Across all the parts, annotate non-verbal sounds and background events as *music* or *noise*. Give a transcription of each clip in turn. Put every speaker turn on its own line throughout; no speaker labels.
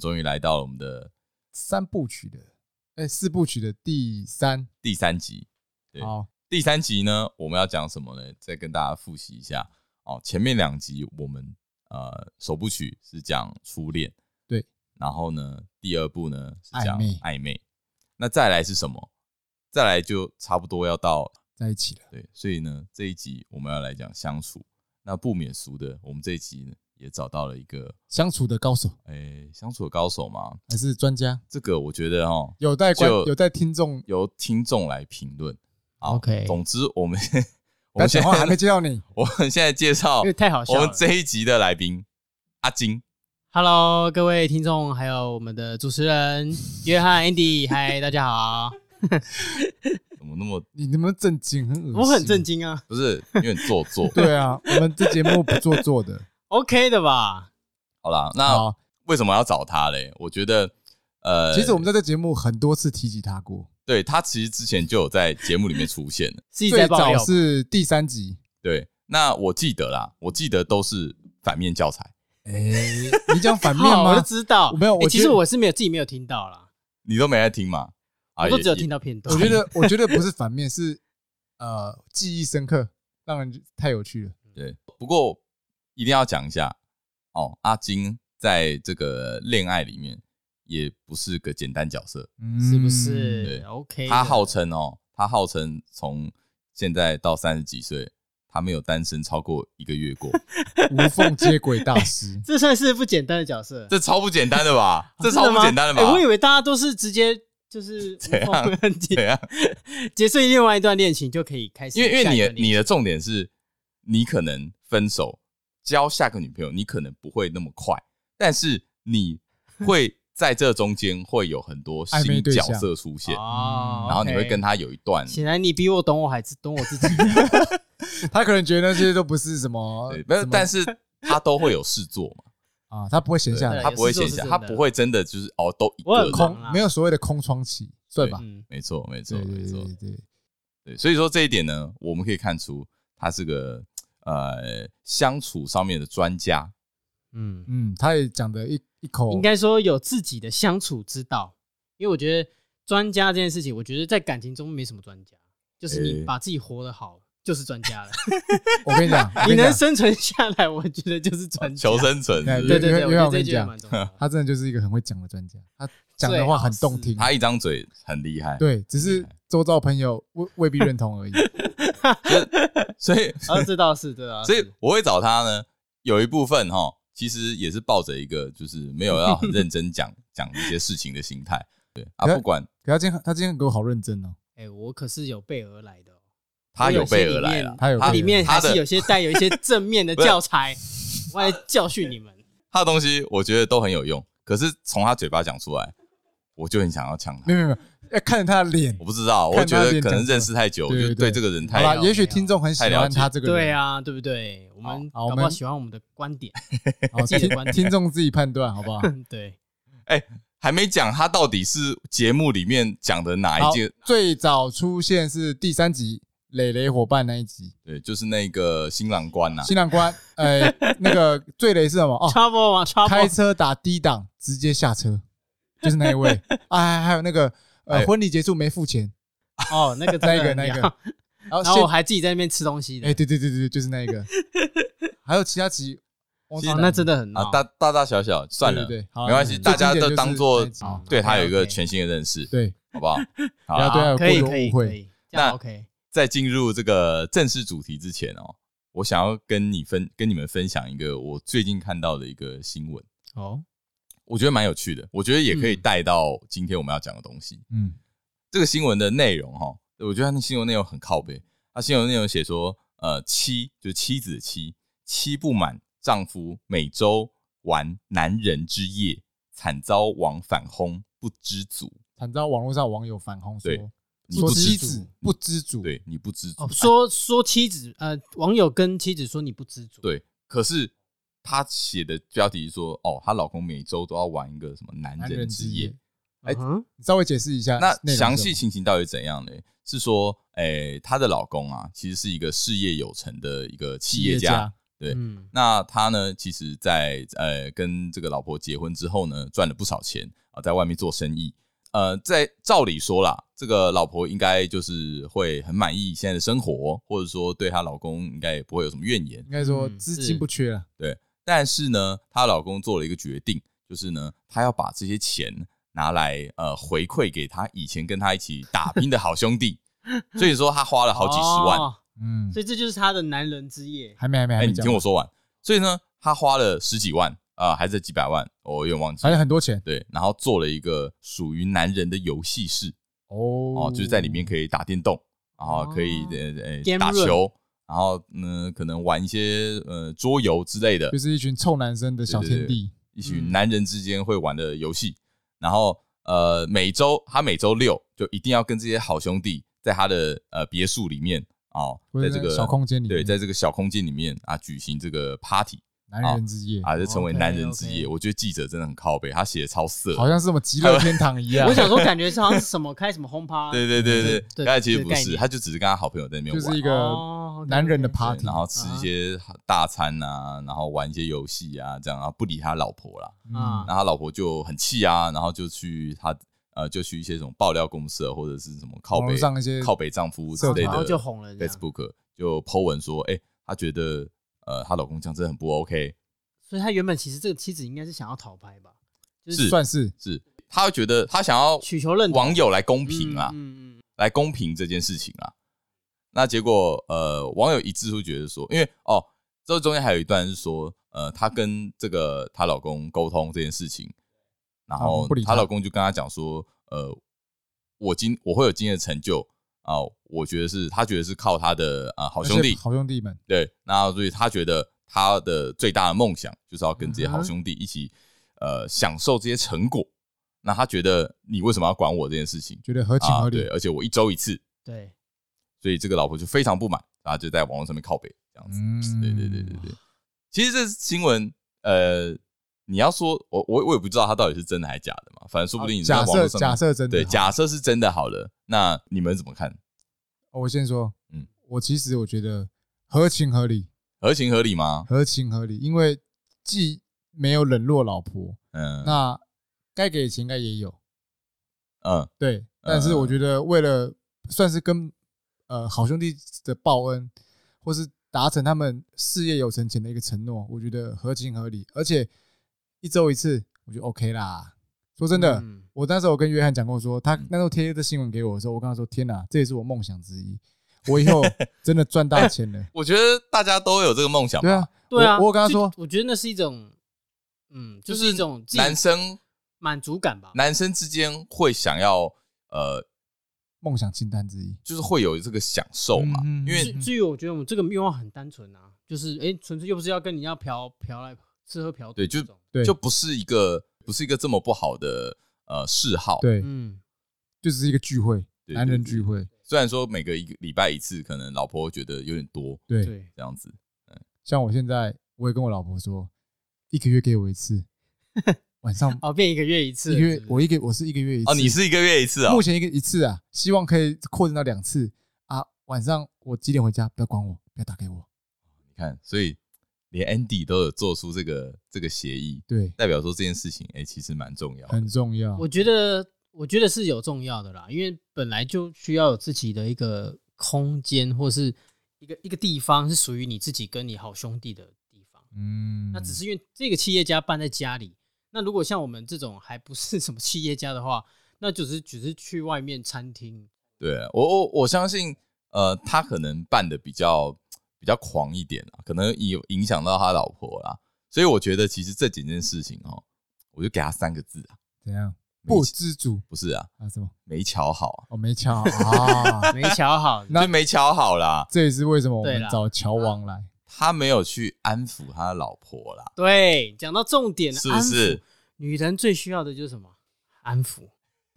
终于来到了啊我们的
三部曲的，哎、四部曲的第三。
第三集。对
好，
第三集呢，我们要讲什么呢？再跟大家复习一下哦。前面两集我们呃首部曲是讲初恋，
对，
然后呢第二部呢是讲
暧昧
暧昧，那再来是什么？再来就差不多要到
在一起了。
对，所以呢这一集我们要来讲相处。那不免俗的，我们这一集呢也找到了一个
相处的高手
诶、相处的高手嘛。
还是专家，
这个我觉得哦，
有待观
就
有待听众。
由听众来评论。好
OK
总之我们 *laughs* 我
不要
们现
讲
在
话，还没介绍你。
我们现在介绍
因为太好笑
我们
了。
这一集的来宾阿金，
Hello，各位听众，还有我们的主
*laughs*
持人约翰 Andy，嗨，大家好。
怎么那么
你能不能震惊？很恶心
*laughs* 我很震。惊啊
不是有点做作？
*laughs* 对啊，我们这节目不做作的。
，OK 的吧？
*laughs* 好啦，那
好，
为什么要找他嘞？我觉得，呃，
其实我们在这节目很多次提及他过，
对他其实之前就有在节目里面出现了。
自己在
最
爆
早
料。
是第三集。
对，那我记得啦，我记得都是反面教材，
哎，你讲反面
好我
吗
就？知道，
没有
欸
我觉得
其实我是没有自己没有听到啦，
你都没在听嘛？啊
我都只有
也
听到片段。
我觉得，我觉得不是反面，是呃记忆深刻，让人太有趣了。
对，不过一定要讲一下哦，阿金在这个恋爱里面也不是个简单角色，
嗯
是不
对
是？OK 的。？
他号称哦，他号称从现在到三十几岁，他没有单身超过一个月过，
嗯无缝接轨大师
这算是不简单的角色，
这超不简单的吧？这
真
超不
吗
简单的吧
欸？我以为大家都是直接就
*laughs*
是
怎样
无缝
对
接
啊，
结束另外一段恋情就可以开始
因
下
为
一段
因
恋情，
为你你的重点是，你可能分手交下个女朋友，你可能不会那么快，但是
*laughs*
你会在这中间会有很多
暧昧
新
对
角
象
色出现，
哦，
嗯然后你会
OK
跟他有一段
显然你比我懂我还是懂我自己。
*laughs*
*laughs* 他可能觉得那些都不是什么
对，，没有，
什么
但
*laughs*
是他都会有事做嘛，
啊，他不会闲下
对
来，
他不会闲
有事
下，
做是
他
真的
不会真的就是哦，都一
我
个
很
人
空
空没有所谓的空窗期，对吧？
嗯，
没错，没错，
对
没
对
错
对，对，
对，所以说这一点呢，我们可以看出他是个呃相处上面的专家，
嗯，
嗯，他也讲的一一口
应该说有自己的相处之道，因为我觉得专家这件事情，我觉得在感情中没什么专家，就是你
诶
把自己活得好。就是专
*laughs*
家了，
我跟你
*laughs*
讲，我
你
跟
能
讲，
生存下来，我觉得就是专家。
求生存是不是
对对
因为
对，
因
我觉
为
得
我跟
这
你
句也
讲
蛮重要的。
他真的就是一个很会讲的专家，他讲的话很动听。
他一张嘴很厉害，
对，只是周遭朋友未未必认
*laughs*
同而已。
所以
啊，这倒是，对啊，
所以我会找他呢，有一部分哈，其实也是抱着一个就是没有要很认真
*laughs*
讲讲一些事情的心态，对啊，
可
不管
可他今天他今天给我好认真哦，
哎、我可是有备而来的哦、
他有备而
我有些
来
理
了
念，
他有
它
啊
里面还
他
是
的
有些带有一些正面的
不是
教材，我来教训你们。
他的东西我觉得都很有用，可是从他嘴巴讲出来，我就很想要呛
没
他。
有没有没有，要看着他的脸
我。不知道，我
看
觉
他
得
脸
可能
讲出来
认识太久，我
对
就
对
对
对
这个人
好
太
啦
了，
了
也许听众很喜
太了
欢
解
他这个人，
对啊，对不对？我们
好好我
搞不好
们
喜欢我们的观点， *laughs*
好，
自己
哦听
的观点
听众自己判断，好
*laughs*
不好？
对，
还没讲他到底是节目里面讲的哪一
好
件，，
最早出现是第三集磊磊伙伴那一集，
对，就是那个新郎官呐、
新郎官，呃，那个最雷是什么？哦，
trouble 嘛
开
，trouble，
车打低档直接下车，就是那一
*laughs*
位。啊，还还有那个
还
呃，
有
婚礼结束没付钱，
*laughs* 哦，那个真的
那一个
很
那一个
屌，
然后
然后
现
我还自己在那边吃东西的，
哎，对对对对对，就是那一
*laughs*
个。还有其他集，忘记
哦
了，
那真的很
啊，
闹。
大大大小小算了，
对对对好
没关系，
嗯
大家就
最经典就是
当做
那一集好
对他
OK，OK
有一个全新的认识，
对，
好不好？好
不要
啦，
对他有
可以
过多
可以
误会
可以，这样
那
OK。
在进入这个正式主题之前哦，我想要跟你分跟你们分享一个我最近看到的一个新闻，
哦，
我觉得蛮有趣的，我觉得也可以
嗯
带到今天我们要讲的东西。
嗯，
这个新闻的内容哈，我觉得它的新闻内容很靠背。它新闻内容写说，呃，妻就是妻子的妻，妻不满丈夫每周玩男人之夜，惨遭网反轰，不知足。
惨遭网络上网友反轰说
对你
说
不
妻
知
子
足，嗯
不知足，
对你不知足。
哦，说说妻子，呃，网友跟妻子说你不知足，
对，可是她写的标题是说，哦，她老公每周都要玩一个什么男
男
人
人
之
之
夜啊
夜。。
嗯哼，
你稍微解释一下内容是什
那
么，
详细情形到底怎样呢？是说，诶、她的老公啊，其实是一个事业有成的一个企业
企业
家
家
对
嗯，
那他呢，其实在，呃跟这个老婆结婚之后呢，赚了不少钱啊、在外面做生意。呃，在照理说啦，这个老婆应该就是会很满意现在的生活，或者说对她老公应该也不会有什么怨言
应。该说
嗯
资
是
金不缺了，
但是呢，她老公做了一个决定，就是呢，她要把这些钱拿来呃回馈给她以前跟她一起打拼的好兄弟，所以说她花了好几十万。
哦，
嗯，
所以这就是他的男人之夜。
还没还没
哎、
还没
你
讲，
听我，说完。所以呢，她花了十几万啊、还是几百万，我有点忘记
反。正很多钱
对，然后做了一个属于男人的游戏室
哦
哦，就是在里面可以打电动，然后可以
哦
呃呃
Game
打
room
球，然后嗯、可能玩一些呃桌游之类的
就，是一群臭男生的小
对对
天地，
一群
嗯
男人之间会玩的游戏。然后呃，每周他每周六就一定要跟这些好兄弟在他的呃别墅里面哦，
或
在
者
这个
小空间里面，
对，在这个小空间里面啊举行这个 party
男人之夜，
啊，就成为男人之
OK，OK
夜。我觉得记者真的很靠背，他写的超色的，
好像是什么极乐天堂一样
我，想说，感觉是好像是什么开什么轰趴，
对对对
对
对，刚才其实
这个
不
概
是，
念
他就只是跟他好朋友在那边
就
玩，
是一个
哦，
男人的
OK，OK
party，啊
对然后吃一些大餐啊，然后玩一些游戏啊，这样，然后不理他老婆啦，
嗯
啊
然后他老婆就很气啊，然后就去他呃，就去一些这种爆料公社或者是什么靠
网
北
络上一些
靠北丈夫之类的
对
然后哦就红了啊这样。
Facebook 就 po 文说，哎，她觉得呃，她老公这样真的很不 OK，
所以他原本其实这个妻子应该是想要讨拍吧，就是
是
算是
是，她会觉得她想要
祈求认同
网友来公平啊，
嗯嗯
来公平这件事情啊。那结果呃，网友一致会觉得说，因为哦，这中间还有一段是说，呃，她跟这个她老公沟通这件事情，然后
老啊公不理
她
她
老公就跟她讲说，呃，我今我会有今天的成就啊、我觉得是她觉得是靠她的啊、好
好
兄弟
好兄弟们，
对，那所以她觉得她的最大的梦想就是要跟这
啊
些好
嗯哼
兄弟一起、呃享受这些成果。那她觉得你为什么要管我这件事情？
觉得合情
啊，
合
对，
理，
而且我一周一次，
对，
所以这个老婆就非常不满，然后就在网络上面靠北这样子。
嗯，
对对对对对，其实这新闻，呃，你要说我我我也不知道它到底是真的还是假的嘛，反正说不定你在
啊假
网络上
设假设真的
对
好
假设是真的好了，那你们怎么看？
哦我先说，
嗯
嗯，我其实我觉得合情合理，
合情合理吗？
合情合理，因为既没有冷落老婆，
嗯，
那该给的钱应该也有，
嗯
对，但是我觉得为了算是跟呃好兄弟的报恩，或是达成他们事业有成前的一个承诺，我觉得合情合理，而且一周一次，我觉得 OK 啦。说真的，
嗯
我那时候我跟约翰讲过说，他
嗯
那时候贴这新闻给我的时候，我跟他说：“天哪，这也是我梦想之一，
*laughs*
我以后真的赚大钱了。
我觉得大家都有这个梦”想
对
吧，
啊，
对啊，
我我有跟他
就
说
我觉得那是一种，嗯，
就是
一种自己
男生
满足感吧。
男生之间会想要呃，
梦想清单之一，
就是会有这个享受嘛，
嗯嗯嗯
啊因为
至至于我觉得我们这个愿望很单纯啊，就是哎，纯粹又不是要跟你要嫖嫖来吃喝嫖赌
对就
这种，
对
就不是一个不是一个这么不好的呃嗜好。
对，
嗯，
就只是一个聚会，
对
男人聚会。
虽然说每个一个礼拜一次，可能老婆会觉得有点多
对，
对，
这样子。
像我现在我也跟我老婆说，一个月给我一次，
*laughs*
晚上
哦，变一个月一次，
一个月
是不是
我一个我是一个月一次
哦，你是一个月一次啊、
目前一个一次啊，希望可以扩展到两次啊。晚上我几点回家？不要管我，不要打给我。
你看，所以连 Andy 都有做出这个这个协议，
对，
代表说这件事情，哎、其实蛮重要的。
很重要。
我觉得，我觉得是有重要的啦，因为本来就需要有自己的一个空间，或是一个一个地方是属于你自己跟你好兄弟的地方。
嗯，
那只是因为这个企业家办在家里，那如果像我们这种还不是 *laughs* 什么企业家的话，那只是只是去外面餐厅，！
对啊我我我相信，呃，他可能办的比较比较狂一点啊，可能有影响到他老婆啦。所以我觉得其实这几件事情哦，我就给他三个字啊，
怎样
没
不
钱
知足
不是啊，
啊？什么？
没瞧好
我没瞧啊 *laughs*
没瞧
*laughs* 啊，
好，
就没瞧好啦。
这也是为什么我
对
们
啦啊
找乔王来。
他没有去安抚他的老婆啦，
对，讲到重点了，
是不
安
是
抚？？女人最需要的就是什么？安抚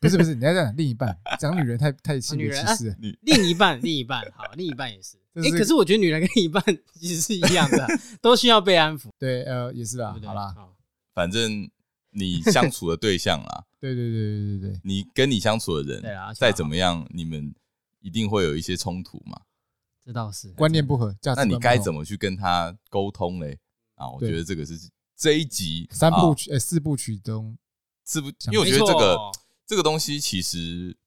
不是不是，你要讲另一半，讲女人太太性别
女
歧
人啊
视了。
另一半，另一半好，另一半也是。
这
哎、
是
可是我觉得女人跟另一半其实是一样
*laughs*
的，都需要被安抚，
对，呃，也是
对
啊
不。对？哦
好啦，
好
反正你相处的对象啦，
对对对对对对，
你跟你相处的
对啦
人，再怎
想
么样，你们一定会有一些冲突嘛。
这倒是
观念不合，价值
那
观
你该怎
么？
么去跟他沟通嘞？啊，我
对
觉得这个是这一集
三
啊
部曲，哎，四部曲中，
是不？因为我觉得
没
这
错哦
个这个东西其实，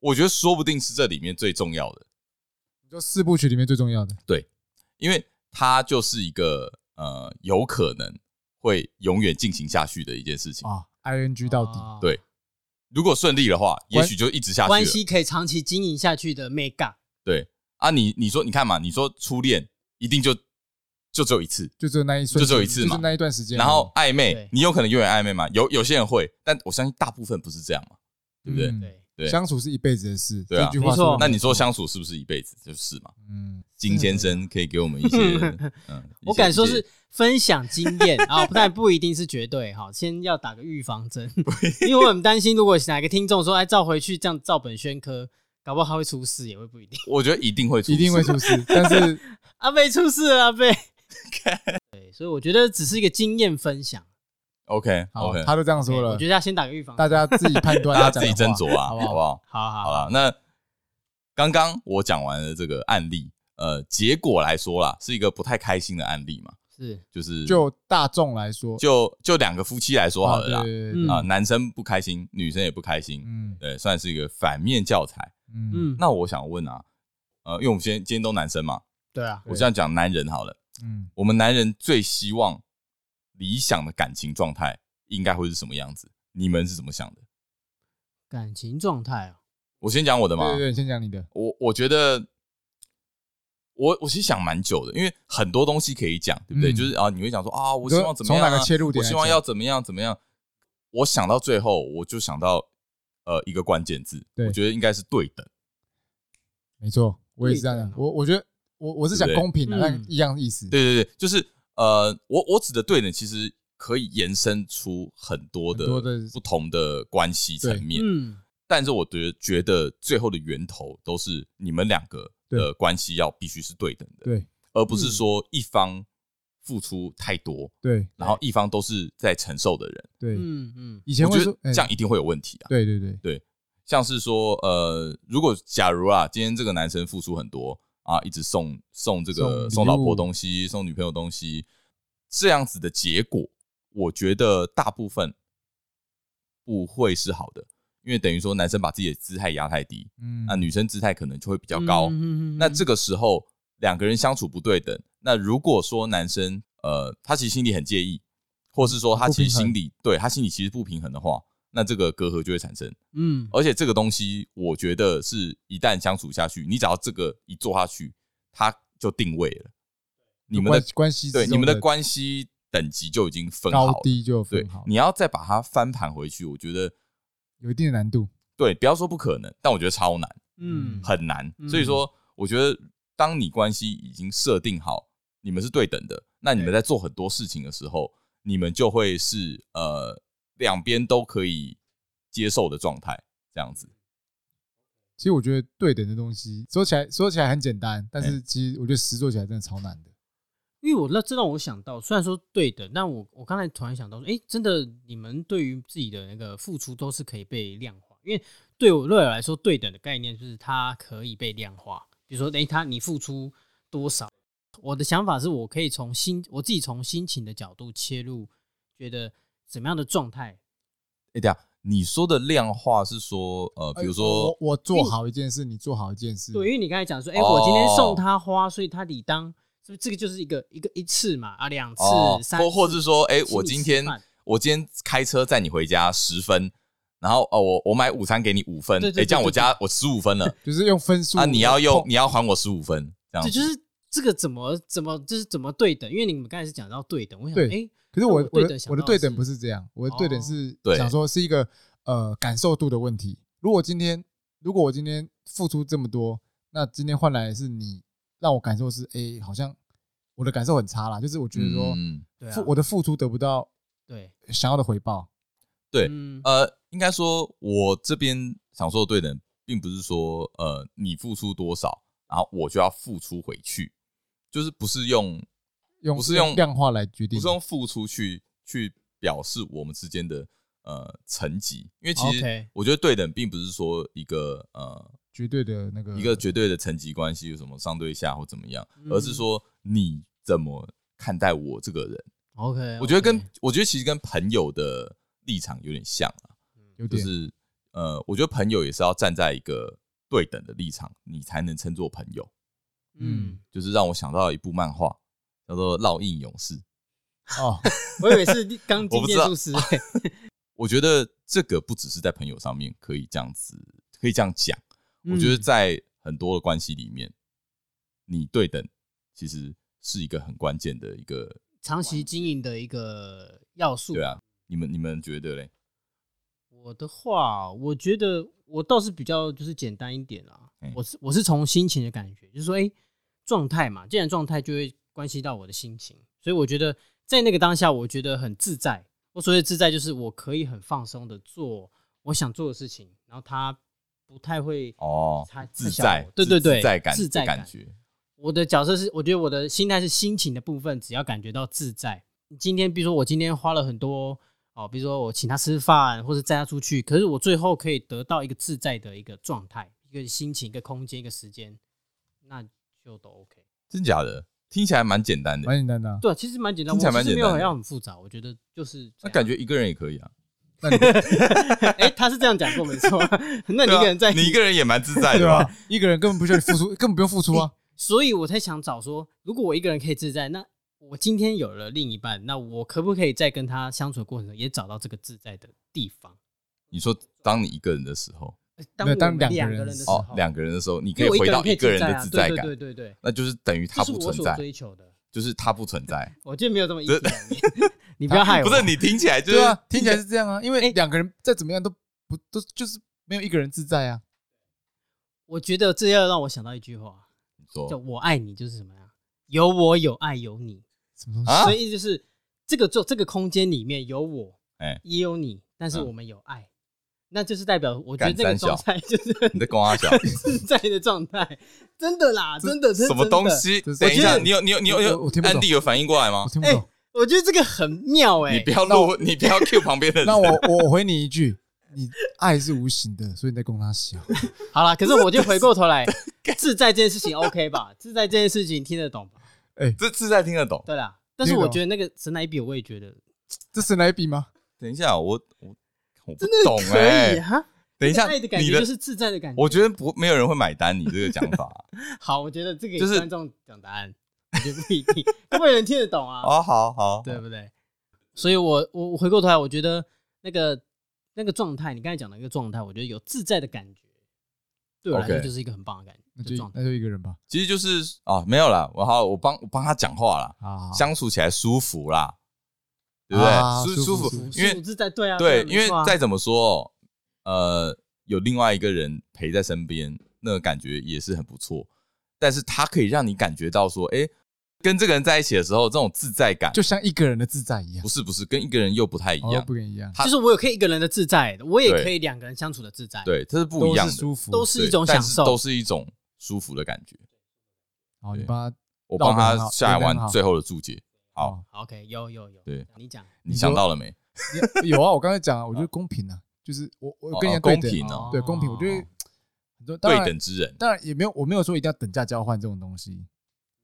我觉得说不定是这里面最重要的，
你说四部曲里面最重要的，
因为它就是一个呃，有可能会永远进行下去的一件事情。
啊，ing 到底，
哦
对如果顺利的话，也
关
许就一直下去
关
了。
系可以长期经营下去的 mega，
对啊你，你说你看嘛，你说初恋一定就就只有一次，
就只有那一瞬间，
就只有一次嘛
就是那一段时间而已，
然后暧昧
对，
你有可能永远暧昧嘛？有有些人会，但我相信大部分不是这样嘛，对不对？
嗯
对，
对
相处是一辈子的事，
对啊
这句话
没错
说得
那
没
你说相处是不是一辈子？就是嘛。
嗯，
金先生可以给我们一些，
*laughs*
嗯，一
我
些
敢说
一些
是分享经验啊，但不一定是绝对哈，先要打个预防针，因为我很担心，如果哪个听众说哎照回去这样照本宣科，搞不好他会出事，也会不一定
我觉得一定会出事，
一定会出事，但是
阿贝出事了，阿贝。对，所以我觉得只是一个经验分享。
*laughs* OK
*laughs* 好
OK，，
他都这样说
对
了
我觉，得要先打个预防针。
大家自己判断，
大家
讲
自己
的
斟
话
酌啊，
好
好
不好？
好？
好好
好了，那刚刚我讲完了这个案例，呃，结果来说啦，是一个不太开心的案例嘛，
是
就是
就大众来说，
就就两个夫妻来说好了啦
啊，对对对
嗯
啊，男生不开心，女生也不开心，
嗯
对，算是一个反面教材。
嗯
嗯，
那我想问啊，呃，因为我们今天今天都男生嘛，
对啊，
我这样讲男人好了，
嗯，
我们男人最希望理想的感情状态应该会是什么样子？你们是怎么想的？
感情状态哦，
我先讲我的嘛，
对对对，你先讲你的，
我我觉得。我我其实想蛮久的，因为很多东西可以讲，对不对？
嗯
就是啊，你会讲说啊，我希望怎么
从
样啊、
哪个切入点
我
来
希望
讲
要怎么样怎么样。我想到最后，我就想到呃一个关键字，
对
我觉得应该是对等。
没错，我也是这样
对
讲
的，
我我觉得我我是讲
对不对
公平的，
嗯
但一样意思，
对对对，就是呃，我我指的对等，其实可以延伸出很多的
很多的
不同的关系层面，
嗯，
但是我觉得觉得最后的源头都是你们两个的关系要必须是对等的，
对
而不是说一方付出太多，
对
然后一方都是在承受的人，
对，
嗯嗯，
以前
我
会
觉
说
得这样，一定会有问题啊
哎。对对对，
像是说，呃，如果假如啊，今天这个男生付出很多啊，一直送送这个
送
送老
礼
婆
物
东西，送女朋友东西，这样子的结果，我觉得大部分不会是好的，因为等于说男生把自己的姿态压太低，
嗯
那女生姿态可能就会比较高。
嗯
那这个时候两个人相处不对等，那如果说男生呃他其实心里很介意，或是说他其实
嗯不平
心
衡
里对他心里其实不平衡的话，那这个隔阂就会产生。
嗯
而且这个东西，我觉得是一旦相处下去，你只要这个一做下去，它就定位了。你们
关
的
系关系之
对
中
你们的关系等级就已经分好
高
了，
低就有
对
分好，，
你要再把它翻盘回去，我觉得
有一定的难度，
对，不要说不可能，但我觉得超难，
嗯，
很难。
嗯
所以说，我觉得当你关系已经设定好，你们是对等的，那你们在做很多事情的时候，你们就会是呃两边都可以接受的状态，这样子。
其实我觉得对等的东西说起来说起来很简单，但
嗯
是其实我觉得实做起来真的超难的。
因为我那这让我想到，虽然说对的，但我我刚才突然想到说，哎，真的，你们对于自己的那个付出都是可以被量化，因为对我对我来说，对等的概念就是它可以被量化。比如说，哎，他你付出多少？我的想法是我可以从心我自己从心情的角度切入，觉得怎么样的状态？
哎、等一下，你说的量化是说，呃，
哎
比如说，
哎我我做好一件事，你做好一件事，
对，因为你刚才讲说，哎，
哦
我今天送他花，所以他理当是不是这个就是一个一个一次嘛？啊，两次、
哦，
三次，
或或是说，哎、
请
我
你
今
吃
天
饭
我今天开车载你回家十分，然后哦，我我买午餐给你五分，哎
对对对
这样我
对对
加我十五分了，
就是用分数
啊，你要用
碰
你要还我十五分，这样
对，
子
就是这个怎么怎么就是怎么对等？因为你们刚才是讲到对等，我想
对
哎、诶
可是我
那我
我
对
的
等想
我的
到
对
的
等
是
不是这样，我的对等
哦
是
对
想说是一个呃感受度的问题。如果今天如果我今天付出这么多，那今天换来的是你让我感受是诶，好像我的感受很差啦，就是我觉得说
嗯，
对啊
付，我的付出得不到
对
想要的回报。
对
嗯
呃，应该说，我这边想说的对等，并不是说，呃，你付出多少，然后我就要付出回去，就是不是用
用
不是用
量化来决定
不是用付出去去表示我们之间的呃层级，因为其
OK
实我觉得对等并不是说一个呃
绝对的那个
一个绝对的层级关系，有什么上对下或怎么样，
嗯
而是说你怎么看待我这个人。
OK，
我觉得跟我觉得其实跟朋友的立场有点像啊，
有
就
点
是呃，我觉得朋友也是要站在一个对等的立场，你才能称作朋友。
嗯，
就是让我想到一部漫画，叫做《烙印勇士》。
哦，
我以为是钢
*laughs* 我
筋
不知
建
道
筑师欸，
我觉得这个不只是在朋友上面可以这样子，可以这样讲。我觉得
嗯
在很多的关系里面，你对等其实是一个很关键的一个。
长期经营的一个要素。
对啊，你们你们觉得嘞？
我的话，我觉得我倒是比较就是简单一点啦
嗯。
我是我是从心情的感觉，就是说，哎、状态嘛，既然状态就会关系到我的心情，所以我觉得在那个当下，我觉得很自在。我所谓的自在，就是我可以很放松的做我想做的事情，然后他不太会
哦
他，
自
他想
在
我，对对对
自在感，
自在感
感觉。
我的角色是，我觉得我的心态是心情的部分，只要感觉到自在。今天，比如说我今天花了很多哦，比如说我请他吃饭，或者载他出去，可是我最后可以得到一个自在的一个状态、一个心情、一个空间、一个时间，那就都 OK。
真假的？听起来蛮简单的，
蛮简单的啊。
对啊，其实蛮简单，
听起来
我
蛮
其实
简
没
单的
有要很复杂，我觉得就是
那感
觉。
觉一个人也可以啊。
那你
哎、他是这样讲过没错， *laughs* 那你
对
一
啊
个人在，啊
你一个人也蛮自在
对
的吧
吧？？一个人根本不需要你
*laughs*
付出，根本不用付出啊。
所以我才想找说，如果我一个人可以自在，那我今天有了另一半，那我可不可以在跟他相处的过程中也找到这个自在的地方？
你说，当你一个人的时候，
呃
没有
我
当
们
两个
两
人
个
的
人的
时
时
哦
候，，
两个人的时候，你可
因
以
为啊我
回到
人可以
一个人的
啊
自
对
在
对
感，
对对对，
那就是等于他
这
不
是我
存
所
在，
追求的。
就是他不存在。
我觉得没有这么一体两面，
*laughs*
你不要害我。
不是你听起来就是
对啊，听起来是这样啊，因为
哎
两个人再怎么样都不都就是没有一个人自在啊。
我觉得这要让我想到一句话，
你
叫“
说
我爱你”，就是什么呀？有我有爱有你，
什么东西？
啊
所，以意思就是这个就这个空间里面有我，
哎
也有你，但是
嗯
我们有爱，那就是代表我觉得
干
这个
三小
状态就是
你在跟我讲
*laughs* 自在的状态，真的啦，真的是
什么东？
真的
西？
这是
等一
我
下，
觉得
你有你有你有你
我
有
我听不懂
安迪有反应过来吗
我？听不
哎、
懂。
我觉得这个很妙哎、
你不要录， *laughs* 你不要 Q 旁边
*laughs*
的人。
*laughs* 那我我我回你一句，你爱是无形的，所以你在供他笑。
*laughs*
好啦，可是我就回过头来，自在这件事情 OK 吧？自在这件事情听得懂吧？
哎
这自在听得懂？
对啦，但是
听得
我
懂
觉得那个神来一笔，我也觉得
这是来比吗？
等一下，我我我不
真的
懂
可以
哎。
哈。
等一下，
爱的感
你
觉
的
就是自在的感觉。
我觉得不没有人会买单你这个讲
*laughs*
法
好，我觉得这个
就是
给观众讲答案，我觉得不一定， *laughs* 会不会有人听得懂啊？
哦，好好，
对不对？所以我我我回过头来，我觉得那个那个状态，你刚才讲的那个状态，我觉得有自在的感觉，对我来说
OK
就是一个很棒的感
那
觉
就
的状态。
那就一个人吧。
其实就是啊，没有啦，我好，我帮我帮他讲话啦，
啊，
相处起来舒服啦，对不对？
啊
舒
舒服
服
舒服，
因为
自在，对啊，
对，
啊
因为
没错啊
再怎么说，呃，有另外一个人陪在身边，那个感觉也是很不错。但是他可以让你感觉到说，哎、跟这个人在一起的时候，这种自在感，
就像一个人的自在一样
不，是不是跟一个人又不太一
哦，
样，
不跟你一样，
他
就是我也可以一个人的自在，我也
对
可以两个人相处的自在，，
对，这是不一
都
样
是
的，
舒服，
都是
对
一种
但
享
是
受
都。是一种舒服的感觉。
好，你
对
帮他，
我帮
绕得很
他
好
下来
绕得很
完
好
最后的注解。好，
哦，
好 OK，有有有，
对，
你讲
你
你
想
说
到了没？
你有啊，我刚才讲啊，我觉得公平啊，就是我我跟
哦
人
哦
家对
公
等啊
平
哦
对公平，我觉得
哦
很多当
对
然
等之人，
当然也没有，我没有说一定要等价交换这种东西。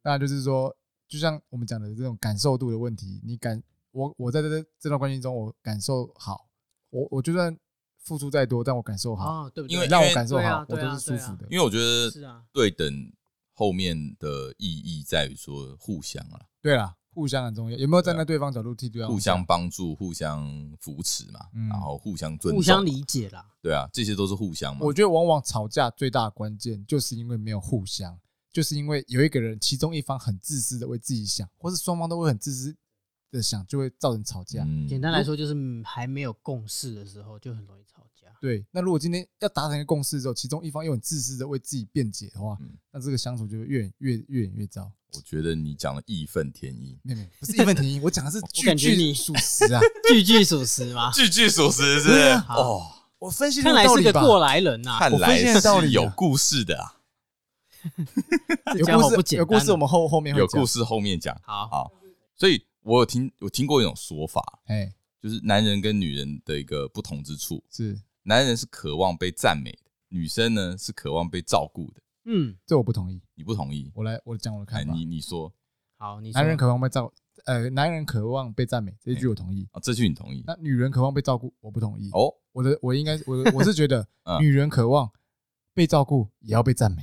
那就是说，就像我们讲的这种感受度的问题，你感我我在这这段关系中，我感受好，我我就算付出再多，但我感受好，
哦，对不对？
因为
让我感受好，
对啊
我
对啊
都是舒服的。
因为我觉
是
得
啊
对等后面的意义在于说互相啊，
对啦，互相很重要，有没有站在对方角度替对方
互相
想？
帮助、互相扶持嘛，
嗯
然后互相尊重、
互相理解啦，
对啊，这些都是互相嘛。
我觉得往往吵架最大的关键就是因为没有互相，就是因为有一个人其中一方很自私的为自己想，或是双方都会很自私的想，就会造成吵架。
嗯
简单来说就是嗯还没有共识的时候就很容易吵架。
对，那如果今天要达成一个共识之后，其中一方又很自私的为自己辩解的话，
嗯
那这个相处就会越演越越演越糟。
我觉得你讲的义愤填膺，
*laughs* 妹妹，不是义愤填膺，我讲的是句
感觉
句
你
属实
*laughs*
啊，
句句属实
*laughs*
嘛，
句句属实是不
对
是
啊？
哦，
我分析
看来
道
是
理
个
吧。
过来人呐、
看
我发
来
现道理
是
啊
有故事的啊，
这
有
家伙不
故事，
简
有
单
故事，
啊
我们后后面会
有
讲
故。事后面讲。
好，
好，所以我有听我听过一种说法，
哎，
就是男人跟女人的一个不同之处，
是
男人是渴望被赞美的，女生呢是渴望被照顾的。
嗯，
这我不同意。
你不同意？
我来，我讲我的
哎，
看法。
你你说
好，你说
男人渴望被照，呃，男人渴望被赞美，这一句我同意。
啊，这句你同意？
那女人渴望被照顾，我不同意。
哦，
我的我应该
*laughs*
我的我是觉得
嗯
女人渴望被照顾，也要被赞美。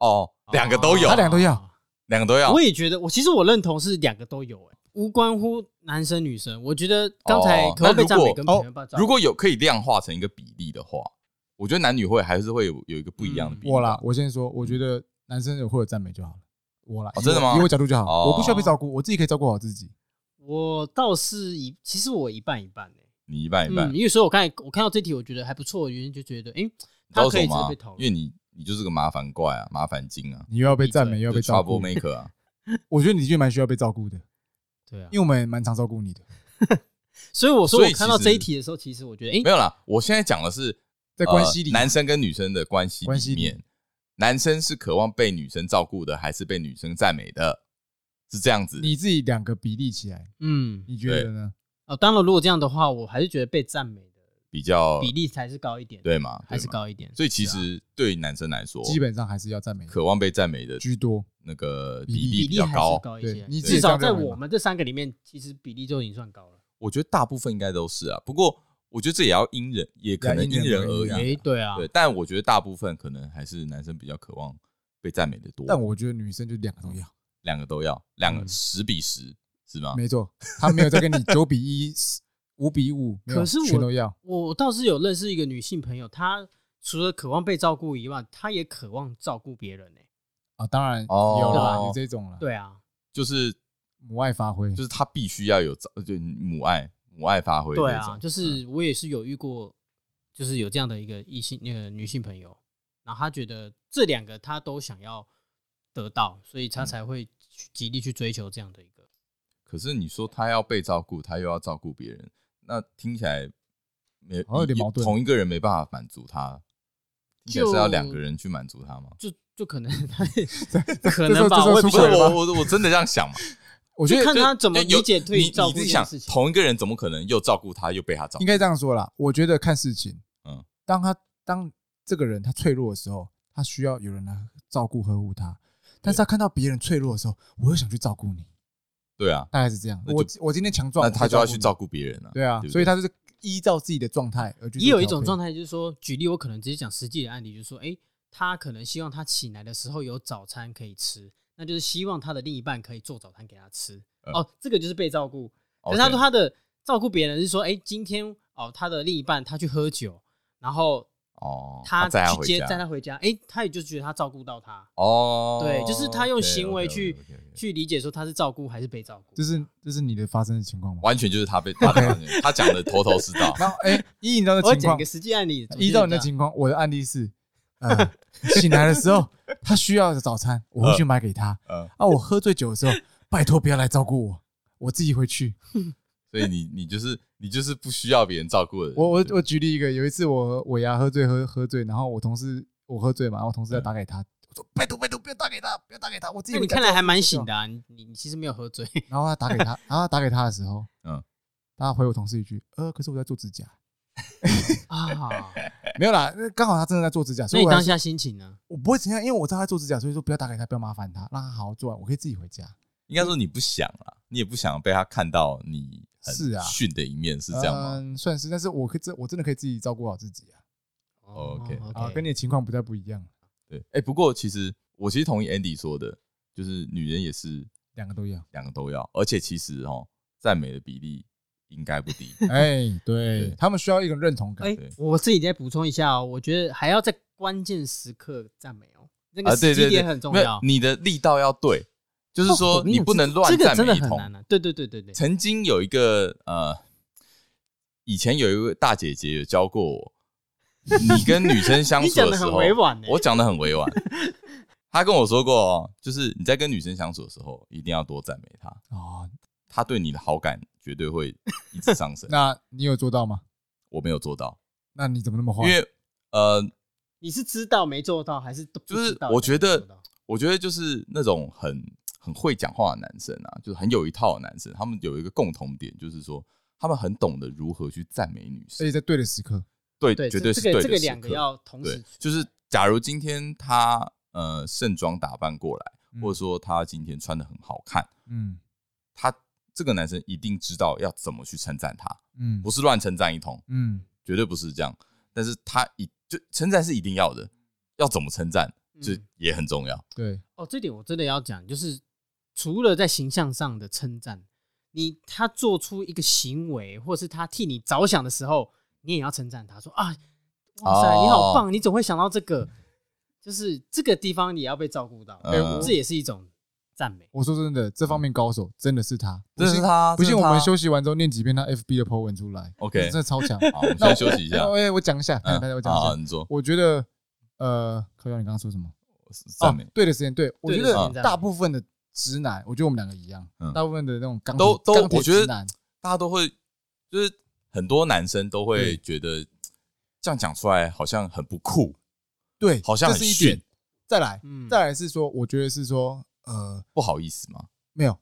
哦，两个都有啊
他，两个都要。
两个都要
哦
哦
我。也觉得，我其实我认同是两个都有、欸，无关乎男生女生。我觉得刚才
哦
可能被赞美
那如
跟别
果哦
人被赞美
如果有可以量化成一个比例的话，我觉得男女会还是会有有一个不一样的比例吧。
嗯我啦，我先说，我觉得男生有会有赞美就好了。我啦，
哦
以
真的
我
吗
以我角度就好，
哦
我不需要被照顾，我自己可以照顾好自己。
我倒是一，其实我一半一半欸
你一半一半，
嗯，因为所以我刚才我看到这题，我觉得还不错，原因就觉得，哎、
你知道
他
为
可
什
以
么
值得
吗
被讨？
因为
论。
你你就是个麻烦怪啊，麻烦精啊，
你又要被赞美，
闭
又要
就
被照
trouble
顾，
maker 啊。
我觉得你就蛮需要被照顾的，
对啊
因，为我们也蛮常照顾你的。
所以我说
所
我
以
看到
其
这一
实
题的时候，其实我觉得，哎、
没有啦，我现在讲的是
*laughs* 在关系里
呃男生跟女生的关系
关系
里
里
面，男生是渴望被女生照顾的，还是被女生赞美的？是这样子。
你自己两个比例起来，
嗯，
你觉得呢？
哦，当然如果这样的话，我还是觉得被赞美的
比较
比例才是高一点，，
对嘛，对
还是啊
嘛。
高一点。
所以其实对于男生来说，
基本上还是要赞美
渴望被赞美的
居多。
那个
比
比
例
例比
比例
较
还是
高。
高一
对
些，
你自己
至少
这
在
样认为
我
吗
们这三个里面，其实比例就已经算高了。
我觉得大部分应该都是啊，不过我觉得这也要因人，也可能
对
因
因人
人
而
而
异
异
啊
啊。
哎、对啊，
对，但我觉得大部分可能还是男生比较渴望被赞美的多。
但我觉得女生就两个都要，
两个都要，两个
嗯
十比十是吗？
没错，她没有在跟你九比一、五比五，没有
可是我
全都要。
我倒是有认识一个女性朋友，她除了渴望被照顾以外，她也渴望照顾别人呢、欸
啊，当然
哦
有啦，
对吧
有这种啦，，
对啊，
就是
母爱发挥
就是他必须要有照就母爱母爱发挥这种。嗯
对啊，就是我也是有遇过，就是有这样的一个异性那个女性朋友，然后她觉得这两个她都想要得到，所以她
嗯
才会去极力去追求这样的一个。
可是你说他要被照顾，他又要照顾别人，那听起来没
好像有点矛盾
同一个人没办法满足他，听起来是要
就
两个人去满足他吗？
就就可能她 *laughs* 可
这时
能
候
吧，
这时候
我也
不
出
不
不
是
轨
晓得
了
我
吧
我我真的这样想嘛？
我觉得
看
就
他怎么
有
理解对于
你
照顾
你自己
这
想
件事，情
同一个人怎么可能又照顾他又被他照顾
应？该这样说啦。我觉得看事情，
嗯
嗯，当他当这个人他脆弱的时候，他需要有人来照顾呵护他。但是他看到别人脆弱的时候，我又想去照顾你，
对啊，
大概是这样。
那就
我我今天强壮，
那他就要去照
顾
顾别人啊。
你。对啊，
不
所以他就是依照自己的状态而去。
也有一种状
态，
态，就是说，举例，我可能直接讲实际的案例，就是说，哎、他可能希望他起来的时候有早餐可以吃，那就是希望他的另一半可以做早餐给他吃。
嗯哦
哦，这个就是被照顾。可
OK
是他说他的照顾别人是说，哎、今天哦，他的另一半他去喝酒，然后
哦，
他
载他
去
回
接
家
载他回家，哎、他也就觉得他照顾到他，
哦，
对就是他用
OK，OK，OK，OK，OK，
行为去去理解说他是照顾还是被照顾。
这是这是你的发生的情况吗？ *laughs*
完全就是他被他的他讲的头头是道。
然后哎，依你的
我
情
讲一
况
个，实际案例，
依照你的
怎么
情况，我的案例是，呃，醒来的时候他需要早餐，我会去买给他。
嗯，
啊，我喝醉酒的时候，拜托不要来照顾我，我自己回去。
所以你你就是你就是不需要别人照顾的人。
我我
对
我举例一个，有一次我我牙喝醉喝喝醉，然后我同事我喝醉嘛，然后我同事要打给他，我说拜托拜托不要打给他，不要打给他，我自
这
己
样那你
回家
看
就好。
来还蛮醒的啊，你你你其实没有喝醉， *laughs*
然后他打给他，然后他打给他的时候，
嗯
嗯，他回我同事一句，呃，可是我在做指甲，
啊，
没有啦，那刚好他真的在做指甲，所
所
以
以
我
你
还
当
是
下心情呢？
我不会怎样，因为我知道他在做指甲，所以说不要打给他，不要麻烦他，让他好好做完，我可以自己回家。
应该说你不想啊，你也不想被他看到你很
是啊
逊的一面，是这样吗？
嗯，算是，但是我可以真我真的可以自己照顾好自己啊，
哦，OK
啊，跟你的情况不太不一样，
对，哎，不过其实我其实同意 Andy 说的，就是女人也是
两个都要。
两个都要，而且其实哦，赞美的比例应该不
*laughs*
低。
哎，
对
对他们需要一种认同感。
哎
对，
我自己再补充一下哦，我觉得还要在关键时刻赞美哦，那
啊，
个
对
时机
对对，
点很重
没有
要。
你的力道要对，就是说
哦
你不能乱
这个
赞
真的
美一
很
通。
难啊。对对对对对，
曾经有一个呃，以前有一位大姐姐有教过我，你跟女生相
*laughs* 你
处
讲
的
的
时
很
候，
委婉呢。欸
我讲的很委婉。 *laughs* 她跟我说过哦，就是你在跟女生相处的时候，一定要多赞美她，
哦，
她对你的好感绝对会一直上
*laughs*
升。
那你有做到吗？
我没有做到，
那你怎么那么
因
坏？
为呃，
你是知道没做到，还是都不
就是
知道
我觉得
没做到
我觉得就是那种很很会讲话的男生啊，就是很有一套的男生，他们有一个共同点，就是说他们很懂得如何去赞美女
而且
生。
在对的时刻，
对，
对，
绝
这
对是
这
对的
个这个
时
两个
刻
要同时
对，就是假如今天他呃盛装打扮过来，
嗯
或者说他今天穿的很好看，
嗯
他这个男生一定知道要怎么去称赞他，
嗯
不是乱称赞一通，
嗯
绝对不是这样。但是他一就称赞是一定要的，要怎么称赞这
嗯
也很
*laughs*
重要。
对
哦，这点我真的要讲，就是除了在形象上的称赞，你他做出一个行为，或是他替你着想的时候，你也要称赞他说啊，哇塞，你好
哦
棒，你怎么会想到这个？就是这个地方你也要被照顾到，
嗯
这也是一种赞美。
我说真的，这方面高手真的是他，不
这是
信
他，
不信
这是
我
他
们休息完之后念几遍他 FB 的 po 文出来
OK
真的超强。
好，我们先休息一下
那。 *laughs* 我哎，我讲一下，哎
嗯
大家我讲一
啊，
下，
你说
我觉得呃，柯耀，你刚刚说什么？
赞美
哦，对的时间，对我
对
觉
的
时
得
间赞
大
美
部分的直男，我觉得我们两个一样
嗯，
大部分的那种钢铁
都都
钢铁
我觉得
直男
大家都会就是很多男生都会觉得这样讲出来好像很不酷，
对，
好像
这
很
是一
逊
点。再来，
嗯，
再来是说，我觉得是说，呃，
不好意思嘛。
没有，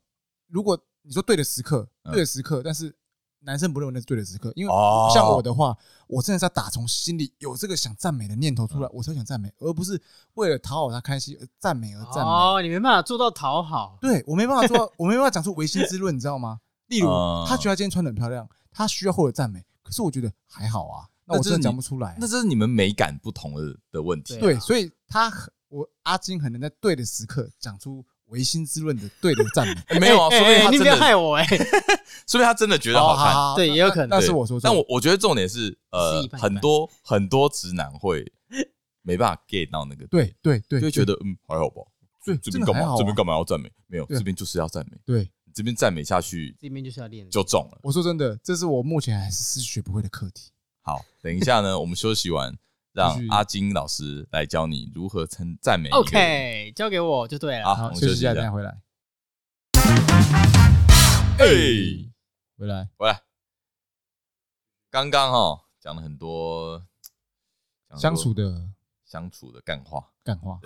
如果你说对的时刻，
嗯
对的时刻，但是男生不认为那是对的时刻，因为
哦
像我的话，我真的是要打从心里有这个想赞美的念头
嗯
出来，我才想赞美，而不是为了讨好他开心而赞美而赞美。
哦，你没办法做到讨好，
对我没办法做到，我没办法讲出唯心之论，你知道吗？例如
嗯，
他觉得他今天穿的很漂亮，他需要获得赞美，可是我觉得还好啊，那
那
我
这
真的
是
讲
你
不出来啊。
那这是你们美感不同的的问题。
对
对，
啊
所以他很我阿金很能在对的时刻讲出唯心之论的对的
*laughs*
赞美，
欸没有啊，
哎
说不定
哎哎
他
你
真
不要害
的，
我哎，
说不定他真的觉得
哦
好看。
对也有可能
啊那那
对
是我说错，
但我我觉得重点是，呃
是一，半一半
很多很多直男会没办法 get 到那个，，
对对对，
就会觉
得
得嗯还好吧，
对，
这
真
边
的
干
还好
嘛
啊
这边干嘛要赞美？没有，
对
这边就是要赞美，
对，
这边赞美下去
这边就是
*laughs*
要练，
就中了。
我说真的，这是我目前还是学不会的课题。
好，等一下呢，我们休息完，让
继续
阿金老师来教你哎如何称赞美一个人。
OK，交给我就对了。
好，我们
休
休息
息一
一
下，等一
下
下。回来，
哎，
回来，
回来，刚刚哈讲了很多讲了很多
相处的
相处的干话。
干话，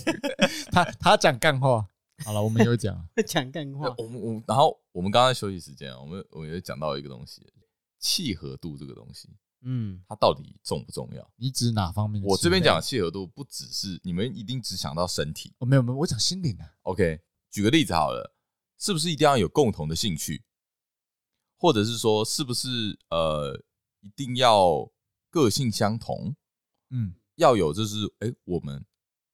*laughs* 他他讲干话，好了，我们有讲，
*laughs* 讲干话
对，我们我们然后我们刚刚休息时间啊，我们我们也讲到一个东西，契合度这个东西，
嗯，
它到底重不重要？
你指哪方面嗯的事？
我这边讲的契合度不只是你们一定只想到身体
哦，没有没有，我讲心灵啊，
，OK？举个例子好了，是不是一定要有共同的兴趣，或者是说是不是呃一定要个性相同，
嗯
要有就是哎、诶我们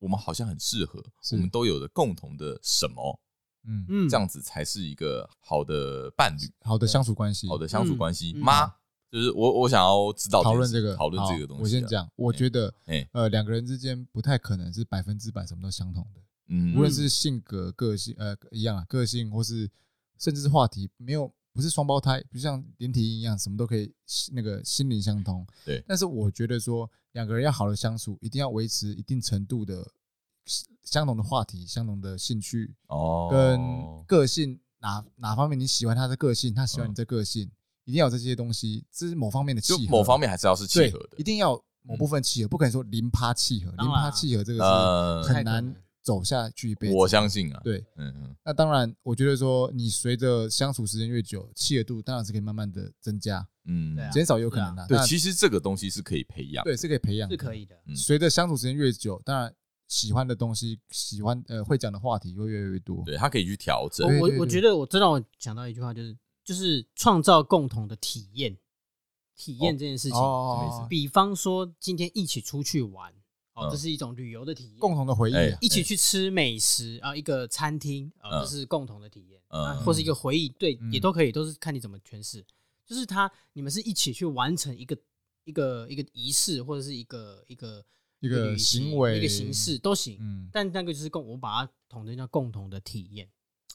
我们好像很适合，
是
我们都有着共同的什么，
嗯，
嗯
这样子才是一个好的伴侣。
好的相处关系，
好的相处
嗯
关系
嗯
吗？就是我我想要知道
讨论
件
这
事
个，
讨论
好
这个东西。啊
我先，讲，我觉得，
哎
呃，两个人之间不太可能是百分之百什么都相同的，无
嗯
论是性格、个性，呃，一样啊，个性或是甚至是话题，没有不是双胞胎，不像连体婴一样，什么都可以那个心灵相通。
对
但是我觉得说，两个人要好的相处，一定要维持一定程度的相同的话题、相同的兴趣
哦，
跟个性哪哪方面你喜欢他的个性，他喜欢你
嗯
这个性，一定要有这些东西，这是某方面的契
就
合，
某方面还是要是契
对，
合的嗯
一，定要某部分契合，不可能说零趴契合，
当
零
然啊
趴契合这个
呃
是，很
太可
难
能
走下去一辈子。
我相信啊，，
对，
嗯嗯，
那当然，我觉得说你随着相处时间越久，契合度当然是可以慢慢的增加，
嗯，
对啊
减少有可能的。
对，
那
其实这个东西是可以培养，
对是可以培养，
是可。以的。
嗯
随着相处时间越久，当然喜欢的东西、喜欢呃会讲的话题会越来越多。
对，它可以去调整
我
对。
我我觉得我真让我想到一句话，就是就是创造共同的体验，体验这件事情。
什么
哦，
比方说今天一起出去玩，哦，
嗯
这是一种旅游的体验。
共同的回忆啊
哎
一起去吃美食啊，一个餐厅
嗯
啊，这是共同的体验
嗯
啊，或是一个回忆，对，
嗯
也都可以，都是看你怎么诠释。就是他，你们是一起去完成一个一个一个仪式，或者是一个一个
一个
旅行
行为
一个形式都行。
嗯，
但那个就是共，我把它统称叫共同的体验。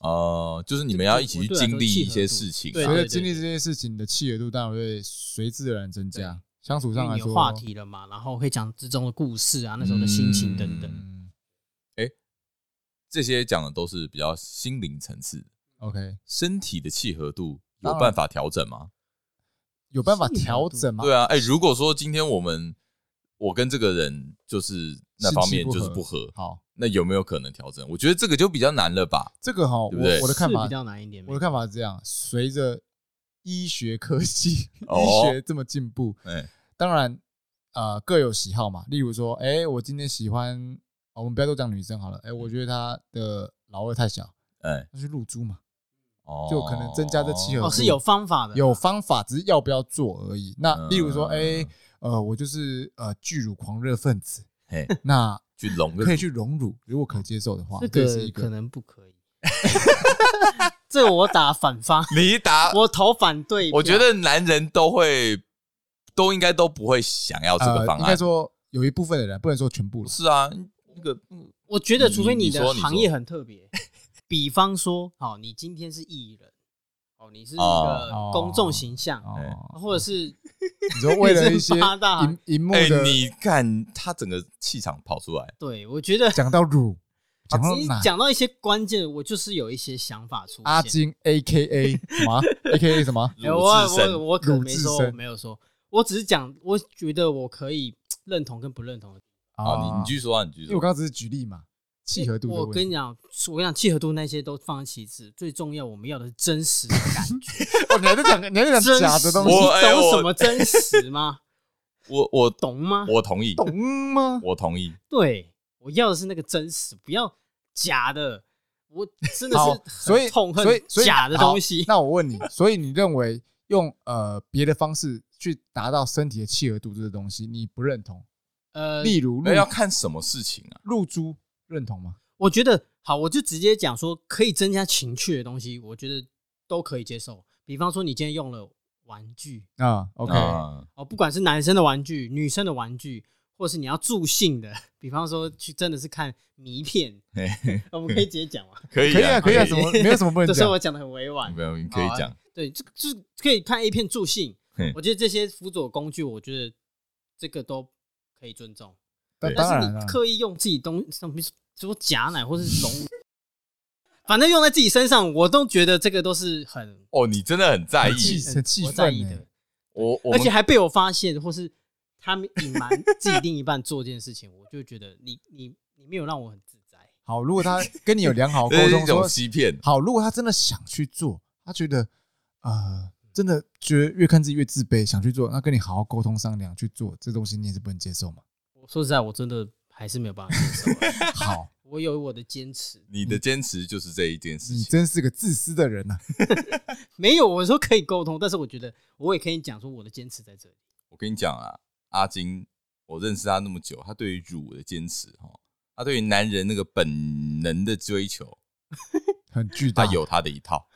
呃，就是你们要一起
啊
去经历一些事情
对
随
啊，
着经历这些事情的契合度，当然会随之而然增加。相处
因
上
为
来
你有
说，
话题了嘛，然后可以讲之中的故事啊，那时候的心情等等。
嗯
这些讲的都是比较心灵层次的，
，OK，
身体的契合度
当
有
然
办法调整吗？
有办法调整吗？
对啊，哎，如果说今天我们我跟这个人就是那方面就是不合，
好，
那有没有可能调整？我觉得这个就比较难了吧。
这个哈，我
对不对
我的看
是
法
比，较难一
嗯
点。
我的看法是这样：随着医学科技、
哦
医学这么进步，
哎，
当然呃各有喜好嘛。例如说，哎、我今天喜欢，哦我们不要都讲女生好了，哎、
嗯
我觉得她的老二太小，
哎，
那就露珠嘛，
哦
就可能增加这七合
哦，是有方法的，
有方法，只是要不要做而已。那例如说，哎、
啊嗯
呃，我就是呃巨乳狂热分子，
嘿，
那
去龙
*laughs*
个
可以去荣辱，如果可接受的话，
这
是一个
个可能不可以。 *laughs* 这个我打
*laughs*
反方，
你打，
我投反对啊票。
我觉得男人都会，都应该都不会想要这个
呃，
方
应该
案。
说有一部分的人，不能说全部了。
是啊，那个嗯
我觉得，
你
除非
你
的
说你
行
说
业很特别， *laughs* 比方说，好，你今天是艺人，哦，你是一
哦
个公众形象，
哎
哦，
或者是
你说为了一些
你是八大
荧荧幕
哎，
的，
你看他整个气场跑出来，
对我觉得，
讲到乳，讲到
其实
哪？
啊讲到一些关键，我就是有一些想法出
阿
现。
金 A K A 什
*laughs*
么啊 A K A 什么？
哎
如
我
自
我
身
我可
鲁
能没
智
说，
深
我没有说，我只是讲，我觉得我可以认同跟不认同的。
啊！你你继续说啊，你继续
因为我
说。
刚刚只是举例嘛，契合度的
我
问
跟
题
你讲，我跟你讲，契合度那些都放在其次，最重要我们要的是真实的感
*laughs*
觉。
哦，你还在讲，你还在讲
真实，
假的东西，
我哎
你懂
我
什么真实吗？
我我
懂吗？
我同意，
懂啊吗？
我同意。
对，我要的是那个真实，不要假的。我真的
好
是，
所以
很痛恨
所以所以
假的
好
东西。
那我问你，所以你认为用呃别的方式去达到身体的契合度这个东西，你不认同？
呃，
例如
那
露
要看什么事情啊？
露珠，认同吗？
我觉得好，我就直接讲说，可以增加情趣的东西，我觉得都可以接受。比方说，你今天用了玩具
啊，OK，
啊，
哦，不管是男生的玩具、女生的玩具，或是你要助兴的，比方说去真的是看迷片，
嘿嘿
我们可以直接讲嘛。
可以
可以啊，可以啊，什么啊没有什么不
*laughs*
能
这时
讲
候我讲的很委婉
没，有，你可以讲。
对，这个就是可以看 A 片助兴
嘿。
我觉得这些辅佐工具，我觉得这个都可以尊重。
但
对
当
但
然啊
是
了
你，刻意用自己东什么，比如说假奶或是龙，反正用在自己身上，我都觉得这个都是很
哦，你真的很在意
很。气很气
我在意
愤
的
欸，
我我
而
们
且还被我发现，或是他们隐瞒自己另一半做这件事情，我就觉得你你你没有让我很自在。
好，如果
*laughs*
他跟你有良好沟
这是一
通，
种
说
欺骗。
好，如果他真的想去做，他觉得呃，真的觉得越看自己越自卑，想去做，那跟你好好沟通商量去做，这东西你也是不能
*laughs*
接受嘛。
我说实在，我真的还是没有办法接受，啊
好，
*laughs* 我有我的坚持。
你
嗯
的坚持就是这一件事
你
情。
真是个自私的人呐、啊
没有，我说可以沟通，但是我觉得我也可以讲说我的坚持在这里。
我跟你讲啊，阿金，我认识他那么久，他对于乳的坚持哈，他对于男人那个本能的追求，
*laughs* 很巨
他
大。，
有他的一套。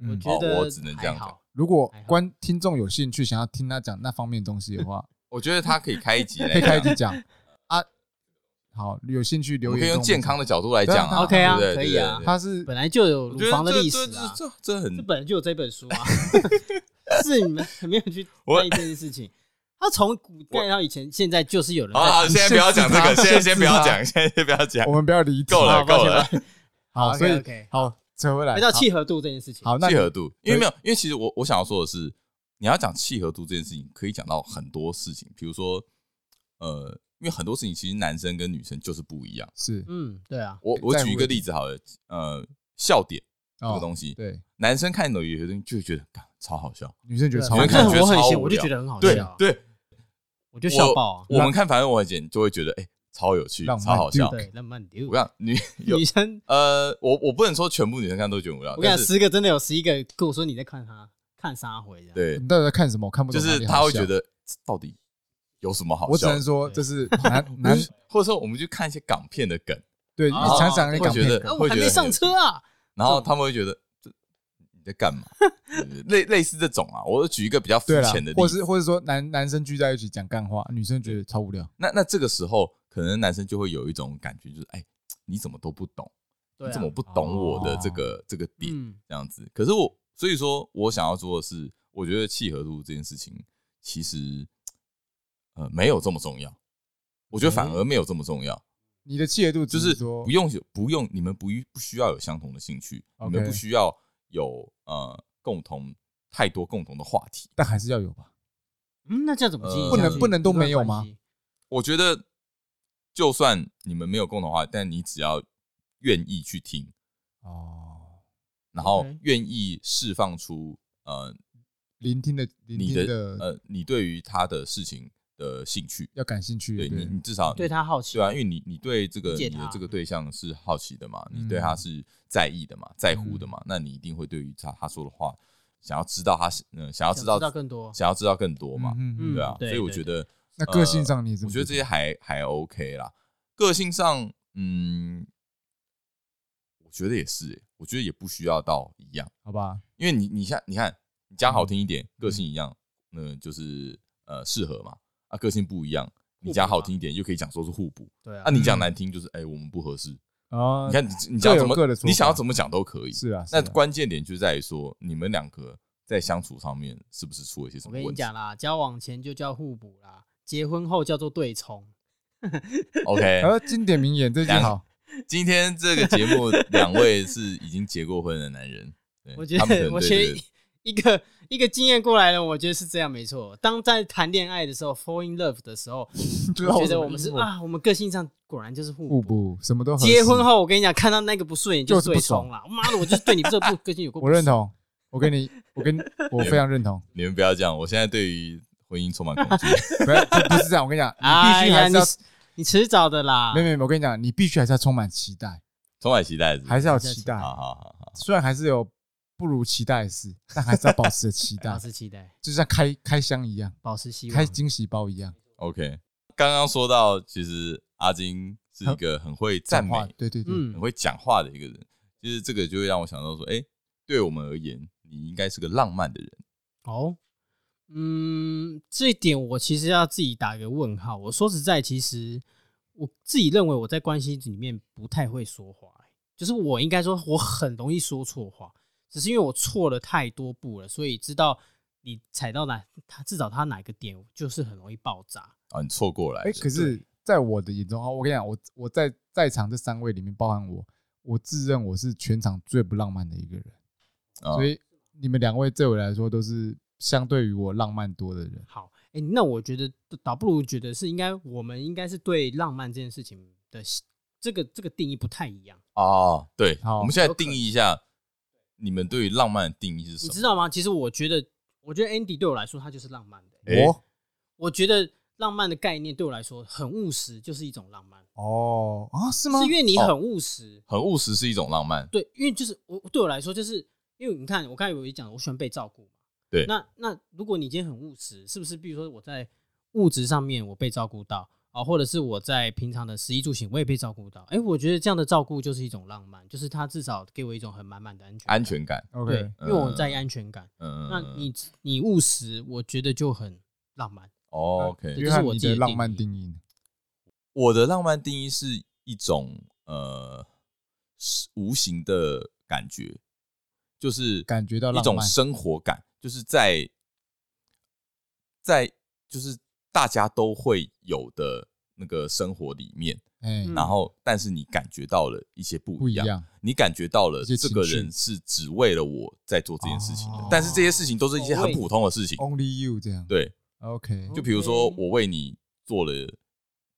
我
嗯，
觉得、
哦我只能这样讲。
如果
还好
观听众有兴趣想要听他讲那方面的东西
*laughs*
的话，
我觉得他可以开 *laughs* 一集
可
来
以
讲
开一，集讲啊。好，有兴趣
我
留
们
言。
可以用健康
的，
的角度来讲啊。
对
对
啊
不对
可以啊
对对对
他是
本来就有
我
乳
觉
房
得
的
这
历史
这
啊，
这这
这
很
本来就有这本书
*laughs*
啊，是你们没有去
我
在意这件事情。他从古代到以前，现在就是有人
好好，
*laughs*
好
在
现在不要讲这个，
限制他
现在先不要
限制他
讲，现在先不要讲
我，们不要离题
够了
好抱
够
歉
了。
好，
好
所以
OK，OK，
好扯回来，
回到
好
契合度这件事情。
好，那
契
你
合 *laughs* 度，因为没有，因为其实我我想要说的是，你要讲契合度这件事情，可以讲到很多事情，比如说，呃，因为很多事情其实男生跟女生就是不一样。
是
嗯，对啊，
我我
在乎
举一个
的
例子好了，呃，笑点这个
哦，
东西，
对，
男生看到有些东西就会觉得，干超好笑，
女生觉得
对啊
超
你们
好
反
看觉
笑
正
得
我很
超
闲，
无
我就
聊
觉得很好
对
笑，
对，
我就笑
我
爆啊。
我们看《反正我很简》就会觉得，哎，超有趣，
浪漫
超好笑。
对，浪漫丢
我。讲
*laughs*
女有
女生，
呃，我我不能说全部女生看都觉得无聊，
我跟你
啊但
讲，
是
十个真的有十一个跟我说你在看他看啥回这样。
对
你，到底在看什嗯么？我看不
就
懂，
是他会觉，得到底有什么好
我只
笑的嗯
能？说
对
这是
*laughs*
男男
或者说我们去看一些港片的梗，
对，
哦
常常在
会
港
觉得
片
啊，
会觉
我还
得
没
很
上
有趣
车啊。
然后他们会觉得这你在干嘛？ *laughs* 对类类似这种啊，我就举一个比较肤
对啦
浅的，例
或
子。
是或者说男男生聚在一起讲干话，女生觉得超无聊。
那那这个时候，可能男生就会有一种感觉，就是哎，你怎么都不懂，
对
你
啊
怎么不懂我的这个、
哦
这个点
嗯，
这样子？可是我所以说我想要做的是，我觉得契合度这件事情其实呃没有这么重要，我觉得反而没有这么重要。
你的契合度
就
只
是
说
不用有不用你们不不需要有相同的兴趣，你
OK
们不需要有呃共同太多共同的话题。
但还是要有吧。
嗯，那这样怎么经营
呃
下去？
不能
不能都没有
一段
吗
关系？
我觉得，就算你们没有共同话题，但你只要愿意去听，
哦，
然后
OK
愿意释放出呃
聆听的聆
你的呃
听的
呃你对于他的事情的兴趣，
要感兴趣，
对你，
对
你至少
对他好奇
对啊，因为你你对这个
理解
你
他
的这个对象是好奇的嘛，
嗯
你对他是在意的嘛，在乎
嗯
的嘛，那你一定会对于他他说的话，想要知道他是嗯、想要
想
知
知
道
道更多，
想要知道更多嘛，
嗯
嗯
嗯
对啊，
对
所以我
对
觉得
那个性上你怎
我
么？
觉得这些还还 OK 啦，个性上嗯，我觉得也是、欸，我觉得也不需要到一样，
好吧，
因为你你像你看你讲
嗯
好听一点，个性一样，嗯，就是呃适合嘛，啊个性不一样，你讲好听一点又可以讲说是互补。
对啊
啊，，你讲
嗯
难听就是，哎、我们不合适。
啊
你，看，你你想要
各有
怎么
各的，说
你想要
法
怎么讲都可以。
是啊，是
那
啊
关键点就在于说，你们两个在相处上面是不是出了一些什
我
么
跟你
问题
讲啦，交往前就叫互补啦，结婚后叫做对冲。
*laughs*
？OK，
呃，经典名
*laughs*
言这句
两
好，
今天这个节目两位是已经结过婚的男人，对
我觉
他们可
得，
能
我
对
觉
这
得
个
一个一个经验过来的，我觉得是这样没错。当在谈恋爱的时候，fall in love 的
*laughs*
时候，
就
我觉得
*laughs*
我们是啊，我们个性上果然就是互
互
补。
补，什么都合
结
适
婚后，我跟你讲，看到那个不顺眼就
就是
对
不
冲啦。妈的，我就是对你这不个性有过不
我认
爽。
同，我跟你，
*laughs*
我跟我非常认同，
你们不要这样，我现在对于婚姻充满恐
*laughs*
惧。
不是不不是这样，我跟你讲，你
哎
必须
呀，
还是
你
要，
你迟早的啦
没。有没有，我跟你讲，你必须还是要充满期待，
充满期待是不是啊
还是要有期待，
好好好好，
虽然还是有不如期待的事，但还是要保持着期待
*laughs* 保，持期待，
就像开开箱一样，
保持希
开
望。
惊喜包一样，
OK。刚刚说到，其实阿金是一个很会赞
嗯讲
美
话，对对对，
很
嗯，
会讲话的一个人，就是这个就会让我想到说，哎、对我们而言，你应该是个浪漫的人。
哦，嗯，这一点我其实要自己打一个问号。我说实在，其实我自己认为我在关系里面不太会说话、欸就是我应该说我很容易说错话，只是因为我错了太多步了，所以知道你踩到哪，他至少他哪个点就是很容易爆炸。
啊，你错过来了。
哎，可
对
是，在我的眼中啊，我跟你讲，我我在在场这三位里面，包含我，我自认我是全场最不浪漫的一个人，
啊
所以你们两位对我来说都是相对于我浪漫多的人，
好，哎、那我觉得倒不如觉得是应该，我们应该是对浪漫这件事情的这个这个定义不太一样。
哦，对，
好
我们现在
有可
定义一下，你们对于浪漫的定义是什
你
么？
知道吗？其实我觉得，我觉得 Andy 对我来说，他就是浪漫的、
哎
我
我觉得浪漫的概念对我来说很务实，就是一种浪漫，
哦啊是吗
是因？为你
哦
很务实。
很务实是一种浪漫，
对，因为就是我对我来说，就是因为你看，我刚才有讲，我喜欢被照顾嘛。
对
那那如果你今天很务实，是不是？比如说我在物质上面我被照顾到啊，或者是我在平常的食衣住行我也被照顾到，哎、我觉得这样的照顾就是一种浪漫，就是他至少给我一种很满满的安全感
安。全感。
对
OK，，
因为我在意安全感。
嗯，
那你你务实，我觉得就很浪漫。
哦 OK，
约
对这是
翰
我
你
自己的
的浪漫
定
定义呢，
我的浪漫定义是一种呃是无形的感觉，就是
感觉到
一
浪
种
漫
生活感，就是在在就是大家都会有的那个生活里面，
哎，
嗯
然后但是你感觉到了一些不
不
一
一
样，
样，
你感觉到了
一些
这个
情绪
人是只为了我在做这件事情的，
哦
但是这些事情都是一些很普通的事情，
Only you 这样。
对，
OK
就比如说
OK
我为你做了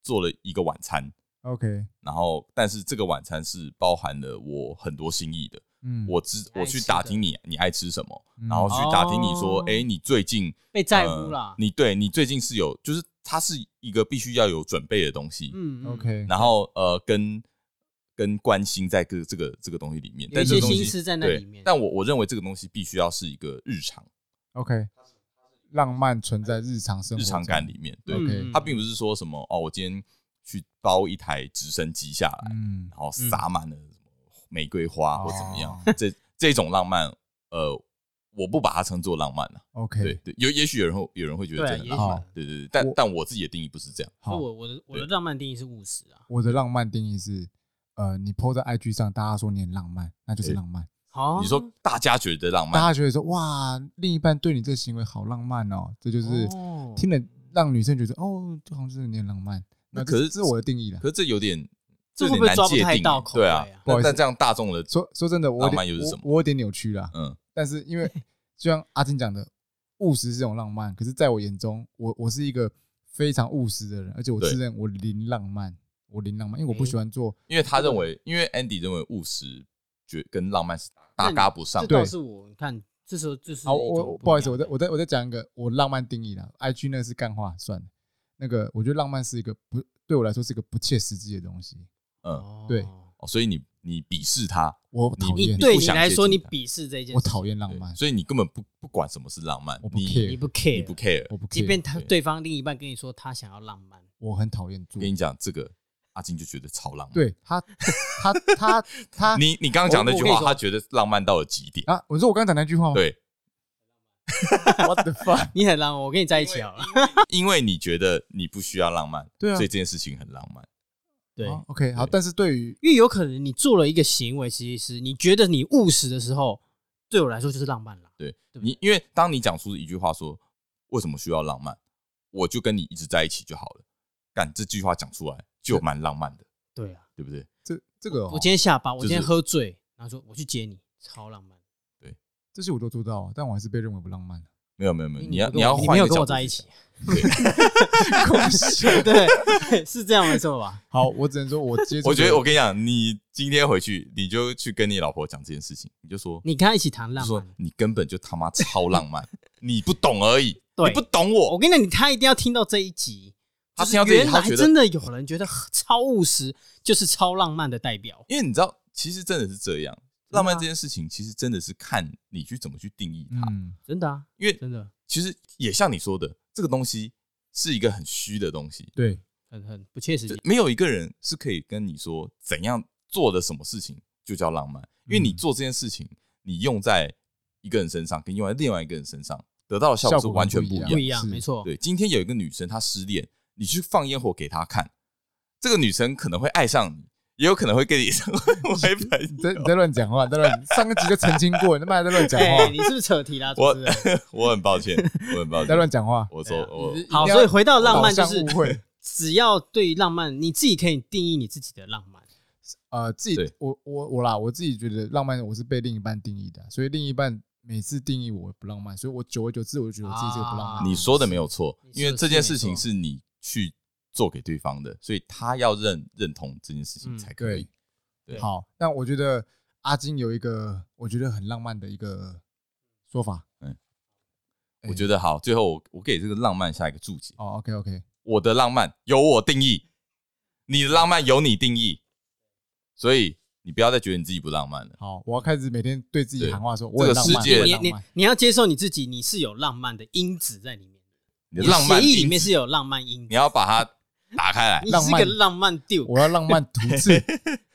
做了一个晚餐。
OK，
然后，但是这个晚餐是包含了我很多心意的。
嗯，
我知
你爱
我
吃
去
的
打听你，你爱吃什么，
嗯
然后去打听你说
哦，
哎，你最近
被在乎啦
呃。你对你最近是有，就是它是一个必须要有准备的东西。
嗯嗯
OK，
然后呃，跟跟关心在这个这个这个东西里面，
有
但
一
这
些
个东
心
西
思在那里
对
面，。
但我我认为这个东西必须要是一个日常
OK，浪漫存在日常生活
日常
中
感里，面，对，
嗯
OK，
它并不是说什么哦，我今天去包一台直升机下来，
嗯
然后撒满了什么玫瑰花
哦
或怎么样，这这种浪漫，呃，我不把它称作浪漫了、对
，OK，
对，有也许有人会有人会觉得
对
这很浪
也许
漫，对对对，但
我
但我自己的定义不是这样。
所以
好，
我我的我的浪漫定义是务实啊。
我的浪漫定义是，呃，你 PO 在 IG 上，大家说你很浪漫，那就是
哎
浪漫。
好，啊
你说大家觉得浪
哦大
漫，
家觉得说，哇，另一半对你这个行为好浪漫哦，这就是
哦
听了让女生觉得，哦，这好像是你很浪漫。
那
这
可是
这是我的定义了
可。是这有点
这
有点
会不会
难
抓不
界
太
定
到，口味
对啊
啊？
不
那
好意思
但这样大众的
说说真的，我有
浪漫
点
又是什么
我我有点扭曲了。
嗯
但是
*laughs*
因为就像阿金讲的，务实是一种浪漫，可是在我眼中，我我是一个非常务实的人，而且我
对
自认我零浪漫，我零浪漫，因为我不喜
嗯
欢做，
因为他认为，因为 Andy 认为务实觉跟浪漫是搭嘎不上
这
的。
倒
对
是我，你看这时候就是
哦
好，
一种
啊我我
不
不好意思，
一
我
样
再
的
我再我再讲一个我浪漫定义啦，IG 那是干话算了，那个，我觉得浪漫是一个不对我来说是一个不切实际的东西，
嗯，
哦
对
哦所以你你鄙视他，
我讨
你
厌，
对
不
你
想
来
接
说，
近
你
他
鄙视这件事，
我讨厌浪
对
漫，
所以你根本不不管什么是浪漫，
我不
你
care
你不
你
care，
不 care。
我不 care，
即便他
对
对方另一半跟你说他想要浪漫，
我很讨厌
我，
做
跟你讲，这个阿金就觉得超浪漫。
对他，他
*laughs*
他他，
你你刚刚讲那句
我我跟你
话，
说哦
他觉得浪漫到了极点。
啊，我说我刚刚讲那句话吗？
对，
，What the fuck？
你很浪漫，我跟你在一起好了。
因为你觉得你不需要浪漫，
对啊
所以这件事情很浪漫。
对，
哦
好，OK，好，哦但是对于
因为有可能你做了一个行为，其实是你觉得你务实的时候，对我来说就是浪漫了。
对
对不
你，因为当你讲出一句话说为什么需要浪漫，我就跟你一直在一起就好了。干这句话讲出来就蛮浪漫的，
对啊，
对不对？
这这个哦，
我今天下班，我
就是
今天喝醉，然后说我去接你，超浪漫。
这些我都做到啊，但我还是被认为不浪漫。
没有没有没有，你要
你
要
你
换
没
一
有
个
跟
角
我
度
在一
去
起
想，，
*laughs*
*laughs*
对， *laughs* 是这样没错吧？
好，我只能说我接触，
我觉得我跟你讲，你今天回去你就去跟你老婆讲这件事情，你就说
你跟他一起谈
就
浪
说
漫，
你根本就他妈超浪
*laughs*
漫，你不懂而已，
对
你不懂
我
我。
跟你讲，你他一定要听到这一集。
他
就是
听到这一集
原
他
来
觉得
真的有人觉得超务实就是超浪漫的代表，
因为你知道，其实真的是这样，
的啊
浪漫这件事情其实真的是看你去怎么去定义它，
嗯，
真的啊，
因为
真的
其实也像你说的，这个东西是一个很虚的东西，
对，
很很不切实
就
际。
没有一个人是可以跟你说怎样做的什么事情就叫浪漫，因为你做这件事情，你用在一个人身上跟用在另外一个人身上得到的效果是完全不一样
效果
不
的。
一样，
是
没错。
对，今天有一个女生她失恋，你去放烟火给她看，这个女生可能会爱上你，也有可能会跟你 *laughs* 成为
你
朋
在你
友。
在乱讲话，你在乱，上个集就澄清过，你他妈还在乱讲
哎，
话，
你是不是扯题啦？主
我 *laughs*
持人
我很抱歉，我很抱
*laughs* 你在
歉，
乱讲话，
我说我
你是
好，
一定要
所以回到浪漫就
导
是
向误会，
只要对于浪漫，你自己可以定义你自己的浪漫。
呃，自己
对
我我我啦，我自己觉得浪漫，我是被另一半定义的，啊所以另一半每次定义我不浪漫，所以我久而久之我就觉得我自己是个不浪漫的
啊你
人。
说的没有错，
啊你说的
因为这件事
没
情
错
是你去做给对方的，所以他要认认同这件事情
嗯
才可以
对。，
对
好，但我觉得阿金有一个我觉得很浪漫的一个说法。对哎
我觉得好，最后我我给这个浪漫下一个注解：
哦，OK OK，
我的浪漫由我定义，你的浪漫由你定义，所以你不要再觉得你自己不浪漫了。
好，我要开始每天对自己
对
喊话说，
个
我很浪
世
漫，
界
我很
你
浪
你
漫。
你要接受你自己，你是有浪漫的因子在里面，
你的浪漫
协议
因
里面
子
是有浪漫因
你
子，
要把它打开来
你，
浪
是
漫
个浪漫 d
我要浪漫图
*laughs*
刺，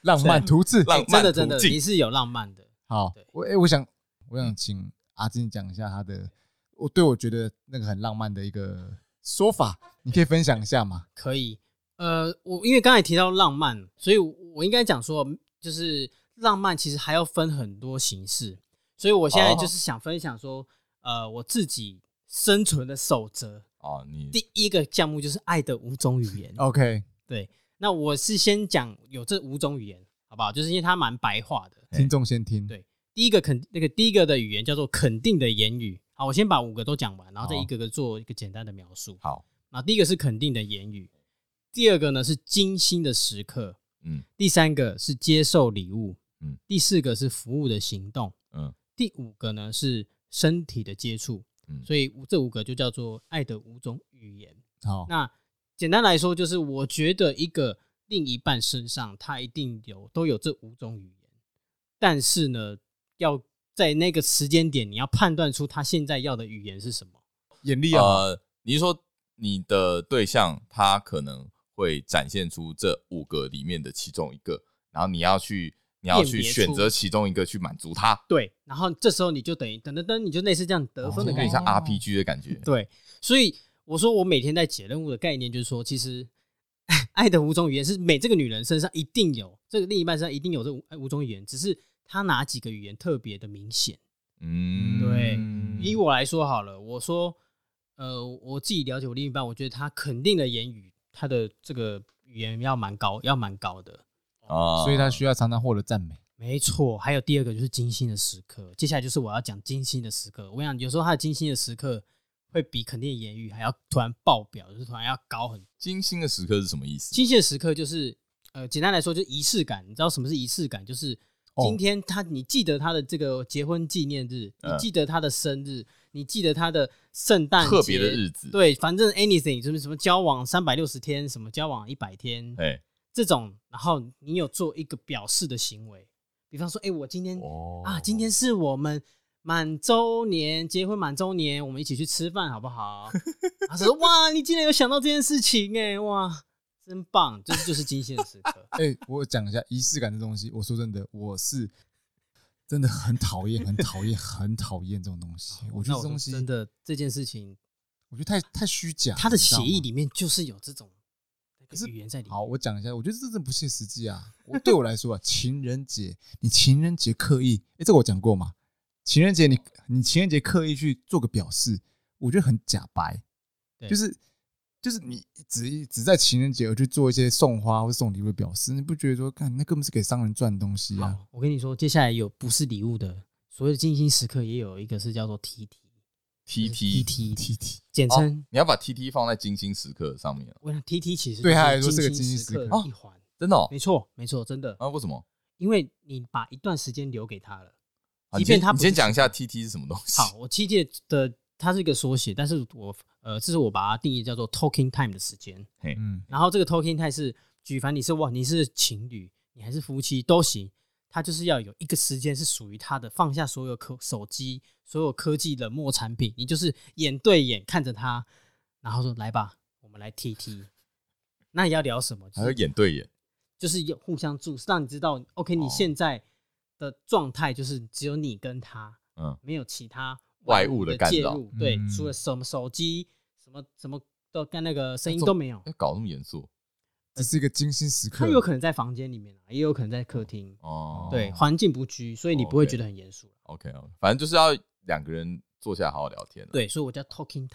浪漫图刺。
浪
哎真
漫
的真
途
的，
径
你。是有浪漫的。
好
对，
我哎、我想我想请阿金讲一下他的，我对我觉得那个很浪漫的一个说
*laughs*
法，你可以分享一下吗？
可以。呃，我因为刚才提到浪漫，所以我应该讲说，就是浪漫其实还要分很多形式。所以我现在
哦
就是想分享说，呃，我自己生存的守则，
哦，你
第一个项目就是爱的五种语言。
OK，
对，那我是先讲有这五种语言，好不好？就是因为它蛮白话的。
哎
听众先听。
对第一个肯那个第一个的语言叫做肯定的言语。好，我先把五个都讲完，然后再
好
一个个做一个简单的描述。
好，
啊，第一个是肯定的言语，第二个呢是精心的时刻，
嗯
第三个是接受礼物，
嗯，
第四个是服务的行动，
嗯，
第五个呢是身体的接触，
嗯
所以五这五个就叫做爱的五种语言。
好，
那简单来说，就是我觉得一个另一半身上，他一定有都有这五种语言，但是呢，要在那个时间点，你要判断出他现在要的语言是什么。
眼力啊，
哦
呃，你是说你的对象他可能会展现出这五个里面的其中一个，然后你要去你要
辨
去
别
选
出
择其中一个去满足他，
对，然后这时候你就等于噔噔噔，你就类似这样得分
有
的概
点
念。
像 RPG 的感觉。
哦
嗯
对，所以我说我每天在解任务的概念就是说，其实爱的五种语言是每这个女人身上一定有，这个另一半身上一定有这五五种语言，只是她哪几个语言特别的明显。
嗯，
对以
因为
我来说好了，我说，呃，我自己了解我另一半，我觉得他肯定的言语，他的这个语言要蛮高，要蛮高的。
啊
呃所以他需要常常获得赞
*laughs*
美。
没错，还有第二个就是精心的时刻。接下来就是我要讲精心的时刻。我想有时候他的精心的时刻会比肯定的言语还要突然爆表，就是突然要高很多
精心的时刻是什么意思？
精心的时刻就是，呃，简单来说就是仪式感。你知道什么是仪式感？就是
哦。
今天他你记得他的这个结婚纪念日，你
嗯
记得他的生日，你记得他的圣诞
特别的
节
日子
对，反正 anything 就是什么交往三百六十天，什么交往一百天
哎，
这种，然后你有做一个表示的行为，比方说，哎、我今天
哦
啊，今天是我们满周年结婚满周年，我们一起去吃饭好不好？他说：“哇，你竟然有想到这件事情哎、哇，真棒！这就是惊现时刻
哎、我讲一下仪式感这东西。我说真的，我是真的很讨厌，很讨厌，很讨厌这种东西。 *laughs* 我觉得这
哦那说
东西，
真的这件事情，
我觉得太太虚假了。
他的
你知
协
道
议
吗
里面就是有这种
是
语言在里面。
好，我讲一下，我觉得这真的不切实际啊！我对我来说啊，情人节，你情人节刻意，哎、这个我讲过嘛？情人节你你情人节刻意去做个表示，我觉得很假白，
对
就是就是你只只在情人节而去做一些送花或送礼物的表示，你不觉得说，看那根本是给商人赚的东西啊？
好，我跟你说，接下来有不是礼物的，所谓的惊心时刻也有一个是叫做 TT
T T
T T
T T，
简称，
你要把 T T 放在金星时刻上面了，
我想 T T 其实
对他来
就是
说是个
惊
惊心
心时
时
刻
刻
的一环。
真的哦
没错，没错，真的。
啊？为什么？
因为你把一段时间留给他了。
啊
即
你
便
先
他
你
不
先
是
讲一下 T T 是什么东西？
好，我七天的它是一个缩写，但是我呃，这是我把它定义叫做 talking time 的时间。
嗯，
然后这个 talking time 是，举凡你是哇，你是情侣，你还是夫妻都行，它就是要有一个时间是属于他的，放下所有科手机、所有科技冷漠产品，你就是眼对眼看着他，然后说来吧，我们来 T T。那你要聊什么？就
还有
是
眼对眼，
就是有互相注视，让你知道，OK，你
哦
现在的状态就是只有你跟他，
嗯，
没有其他
外
物
物的
的
干
介
扰
入，对
嗯，
除了什么手机、什么什么都跟那个声音
这
都没有。
要搞那么严肃
这是一个精心时刻
他。有可能在房间里面啊，也有可能在客厅，
哦。
对，环境不拘，所以你不会
OK
觉得很严肃。
，OK OK，反正就是要两个人坐下来好好聊天了。啊
对，所以我叫 talking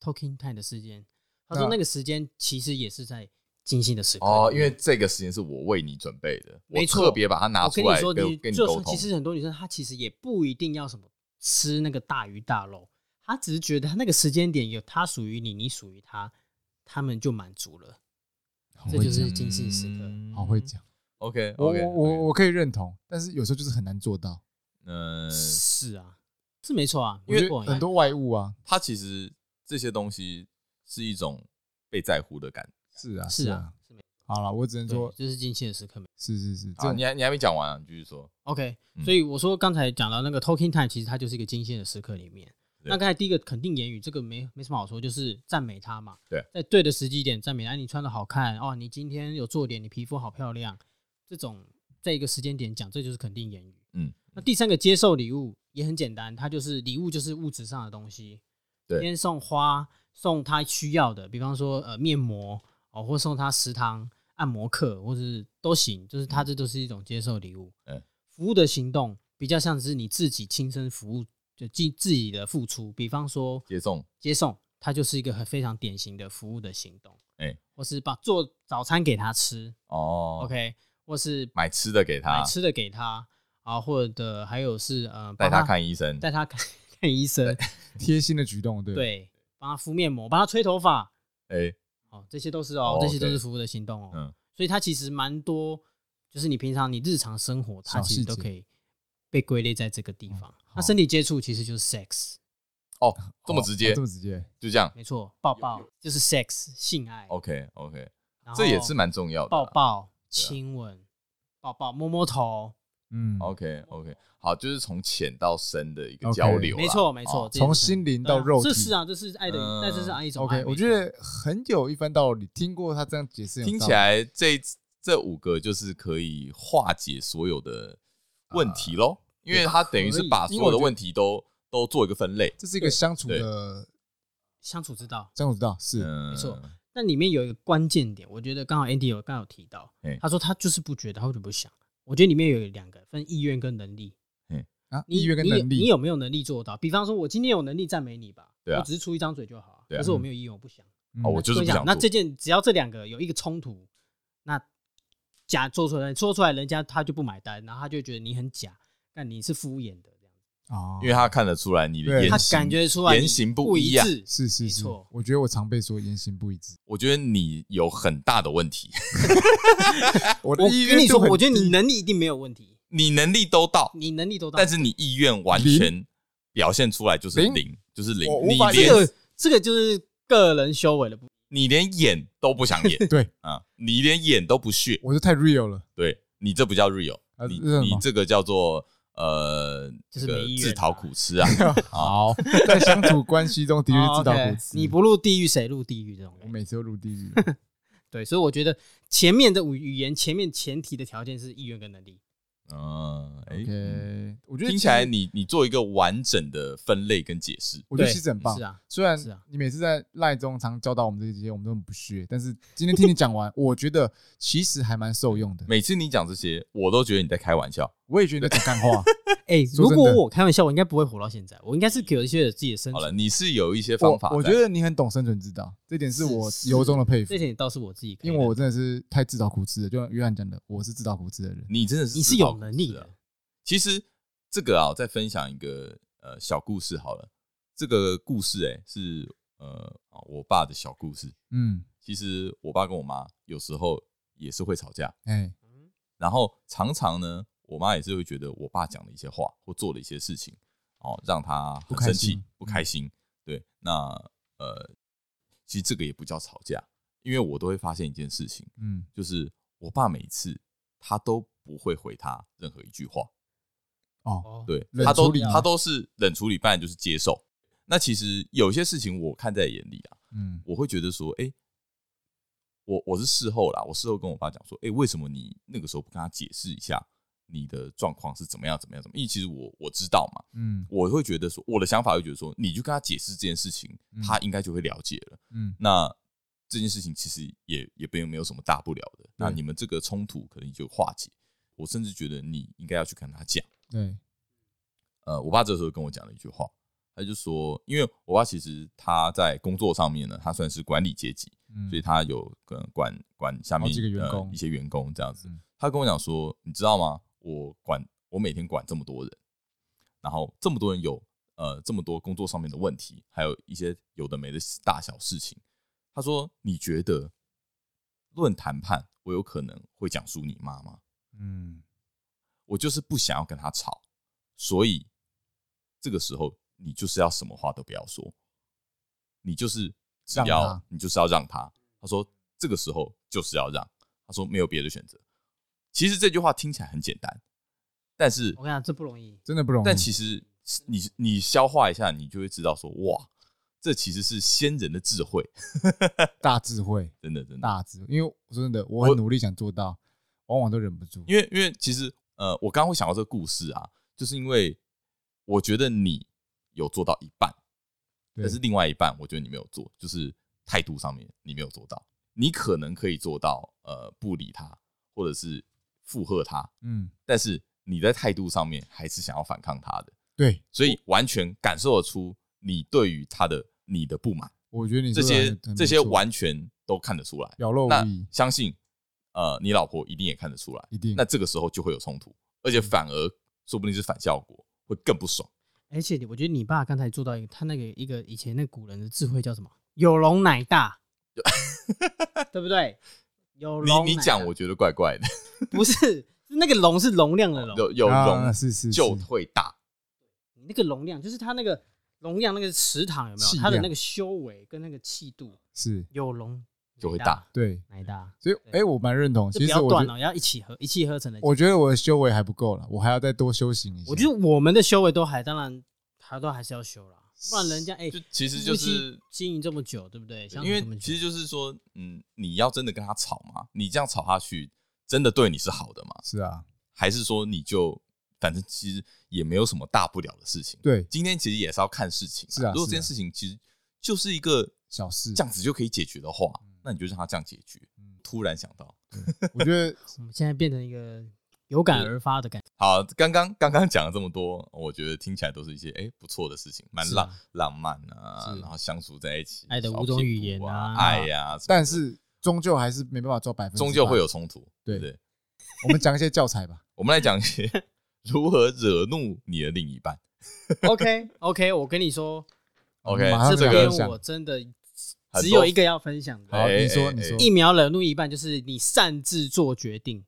time，talking time 的时间。他说
那
那个时间其实也是在精心的时刻
哦，因为这个时间是我为你准备的，我
没错
特别把它拿
我跟
出
你
来
说，
跟跟你
就
沟
算
通
其。实很多女生她其实也不一定要什么吃那个大鱼大肉，她只是觉得她那个时间点有她属于你，你属于她，她们就满足了。
好
这
会
就是嗯
讲
精心时刻。
嗯好会。讲，
OK，
我我我我可以认同，但是有时候就是很难做到，
嗯，
是啊，是没错啊，
因为
没错啊
很多外物啊，
它其实这些东西是一种被在乎的感
是啊，
是
啊
啊，，
好了，我只能
对
说，
就是精心的时刻没。
是是是，这
觉。啊，
种
你还你还没讲完啊，你继续说。
OK，、
嗯
所以我说刚才讲到那个 talking time，其实它就是一个精心的时刻里面。
对
那刚才第一个肯定言语，这个没没什么好说，就是赞美他嘛。
对，
在对的时机点赞美，哎，你穿的好看哦，你今天有做脸，你皮肤好漂亮，这种在一个时间点讲，这就是肯定言语。
嗯，
那第三个接受礼物也很简单，它就是礼物就是物质上的东西，
对
今天送花，送他需要的，比方说呃面膜哦，或送他食堂、按摩课，或是都行，就是他这都是一种接受礼物。
嗯，
服务的行动比较像是你自己亲身服务，就自自己的付出，比方说
接送
接送，它就是一个很非常典型的服务的行动。
哎
或是把做早餐给他吃、
哦
o k 或是
买吃的给他
买，吃的给他啊，或者还有是呃，
带
帮
他看医生。
带他看看医生，
贴心的举动，对不对？
对，帮他敷面膜，帮他吹头发，
哎，
哦，这些都是哦
哦，
这些都
对
是服务的行动哦，
嗯
所以它其实蛮多，就是你平常你日常生活，它
小
其实
细
都
节
可以被归类在这个
嗯
地方。那
好
身体接触其实就是 sex，
哦，这么直
哦
接
这，么直接，
就这样。
没错，抱抱就是 sex 性爱，
OK OK，哦
然后
这也是蛮重要的
抱
啊。
抱、亲吻、抱抱、摸摸头，
嗯
OK OK，好，就是从浅到深的一个交
OK
流啦。
没错没
哦
错，这也
从
是
心灵到
对啊
肉体，
这是啊，这是爱的，
嗯
那这是爱一种爱。
OK，我
没
觉
错
得很有一番道理。听过他这样解释，
听起来这这五个就是可以化解所有的问题喽，
啊
因为它等于是把所有的问题都都做一个分类。
这是一个相处的
相处之道，
相处之道，是
嗯，
没错那里面有一个关键点，我觉得刚好 Andy 有刚好提到
嘿，
他说他就是不觉得，他为什么不想？我觉得里面有两个分意愿跟能力，
啊，
你
意愿跟
你有
能力，
你有没有能力做到？比方说，我今天有能力赞美你吧，
对啊
我只是出一张嘴就好、
对啊
可是我没有意愿，我不想。
嗯
哦我就是不想做
那这件只要这两个有一个冲突，那假做出来说出来，人家他就不买单，然后他就觉得你很假，那你是敷衍的这样子，
哦
因为他看得出来你的
对
言
他
行
感觉出来你
言行
不
不
一
一啊
致，
是是
没
是
错，
我觉得我常被说言行不一致。
我觉得你有很大的问题。
我的
我
意
跟
愿
你
度
说，
很
我觉得你能力一定没有问题，
你能力都到，
你能力都到，
但是你意愿完全表现出来就是
零
零，就是零
我，无
你
法，
这
连
个这个就是个人修为的部分。
你连演都不想演
*laughs* 对
啊，你连演都不屑，
我就太
*laughs*
real 了，
对你这不叫 real，
啊
你
这是什么
你这个叫做呃，
就
这
是
个
没意愿啊
自讨苦吃啊，
好， *laughs* 在相处关系中的确是自
哦
讨
，OK，
苦吃。
你不入地狱谁入地狱这种感觉
我每次都入地
*laughs*
狱，
对，所以我觉得前面的语语言前面前提的条件是意愿跟能力。
*laughs*
嗯，哎，嗯
OK，我觉得
听起来你你做一个完整的分类跟解释，
我觉得
对
其实很棒
是。啊，
虽然
是啊
你每次在赖中常教导我们这些，我们都很不屑，但是今天听你讲完，我觉得其实还蛮受用的。
每次你讲这些，我都觉得你在开玩笑，
我也觉得你在讲干 *laughs* 话，
哎、
说真
如
的
果我开玩笑，我应该不会活到现在，我应该是有一些自己的生
好
存。
了，你是有一些方
我
法在，
我觉得你很懂生存之道，这点是我
是
由衷的佩服
这。点倒是我自己可以
因
的，
为我真的是太自讨苦吃了，就像约翰讲的，我是自讨苦吃的人。
你真的是
你是
自讨
有
苦
能力
吃啊
的。
其实这个啊，我再分享一个呃小故事好了。这个故事哎、是呃啊我爸的小故事。
嗯，
其实我爸跟我妈有时候也是会吵架，
哎，
然后常常呢，我妈也是会觉得我爸讲的一些话或做的一些事情，哦，让他
不
很
开
生
心嗯
气、不开心。对，那呃，其实这个也不叫吵架，因为我都会发现一件事情，
嗯，
就是我爸每次他都不会回他任何一句话，
哦，
哦，
对
冷
他
处
都
理
他
吗
都是冷处理，不然就是接受。那其实有些事情我看在眼里啊，
嗯，
我会觉得说，哎、我我是事后啦，我事后跟我爸讲说，哎、为什么你那个时候不跟他解释一下你的状况是怎么样怎么样怎么样？因为其实我我知道嘛，
嗯
我会觉得说，我的想法会觉得说，你就跟他解释这件事情
嗯，
他应该就会了解了。
嗯
那这件事情其实也也并没有什么大不了的。那你们这个冲突可能就化解。我甚至觉得你应该要去跟他讲。
对，
呃，我爸这时候跟我讲了一句话，他就说，因为我爸其实他在工作上面呢，他算是管理阶级，
嗯，
所以他有呃管管下面
好几个员工
呃、一些员工这样子
嗯。
他跟我讲说，你知道吗？我管我每天管这么多人，然后这么多人有呃这么多工作上面的问题，还有一些有的没的大小事情。他说，你觉得论谈判我有可能会讲输你妈吗？
嗯
我就是不想要跟他吵，所以这个时候你就是要什么话都不要说，你就是只
让
要
他
你就是要让他。他说这个时候就是要让，他说没有别的选择。其实这句话听起来很简单，但是
哦
我跟你讲，这不容易。
真的不容易。
但其实是你你消化一下，你就会知道说哇，这其实是先人的智慧，
大智慧，
真的真的。
大智慧，因为我说真的，我很努力想做到，往往都忍不住。
因为因为其实呃，我刚刚会想到这个故事啊，就是因为我觉得你有做到一半，
对
但是另外一半我觉得你没有做，就是态度上面你没有做到。你可能可以做到呃不理他，或者是附和他，
嗯，
但是你在态度上面还是想要反抗他的，
对，
所以完全感受得出你对于他的你的不满，
我觉得你
这
说得
些
很很不
这些
错
完全都看得出来。
表露
那
无遗，
相信呃你老婆一定也看得出来。
一定
那这个时候就会有冲突，而
嗯
且反而说不定是反效果，会更不爽。
而且我觉得你爸刚才做到一个，他那个一个以前那古人的智慧叫什么？有容乃大，对不对？有容
你你
乃
讲，
大
我觉得怪怪的，
不是是那个容是容量的容，
有有
啊
容
是是
就是会大，
你那个容量就是他那个容量那个池塘有没
气
有？
量
他的那个修为跟那个气度
是，
有容
就会
乃
大，
对，
乃大。
所以
对
哎，我蛮认同。
这
其
比
实
较
我
短
觉
哦，要一起合一气呵成的。
我觉得我的修为还不够了，我还要再多修行一下。
我觉得我们的修为都还，当然他都还是要修啦，不然人家哎、
就其实
夫
就
妻
是
经营这么久，对不对？相处
因为
这么久
其实就是说，嗯，你要真的跟他吵嘛，你这样吵下去，真的对你是好的吗？
是啊，
还是说你就反正其实也没有什么大不了的事情？，
对，
今天其实也是要看事情、
是啊
如果这
是啊
件事情其实就是一个
小事
这样子就可以解决的话，那你就让他这样解决
嗯。
突然想到，
我觉得
我们现在变成一个有感而发的感觉，
好，刚刚刚刚讲了这么多，我觉觉得听起来都是一些哎、不错的事情，蛮
是啊
浪、浪漫啊
是，
然后相处在一起，
爱的
小
五种
屁
语
股
言
啊，
啊
爱呀、什么
但
的
是终究还是啊没办法做百分之百，
终究会有。冲突，
对
对不对？
我们讲一些教材
*laughs*
吧，
我们来讲一些
*laughs*
如何惹怒你的另一半。 *laughs*
OK OK，我跟你说，
OK，
马上
个
就
这
要
边
分享
我真的
很
只
多
有一个要分享的，
好，
哎
你说
哎
你说
哎
疫苗惹怒一半就是你擅自做决定，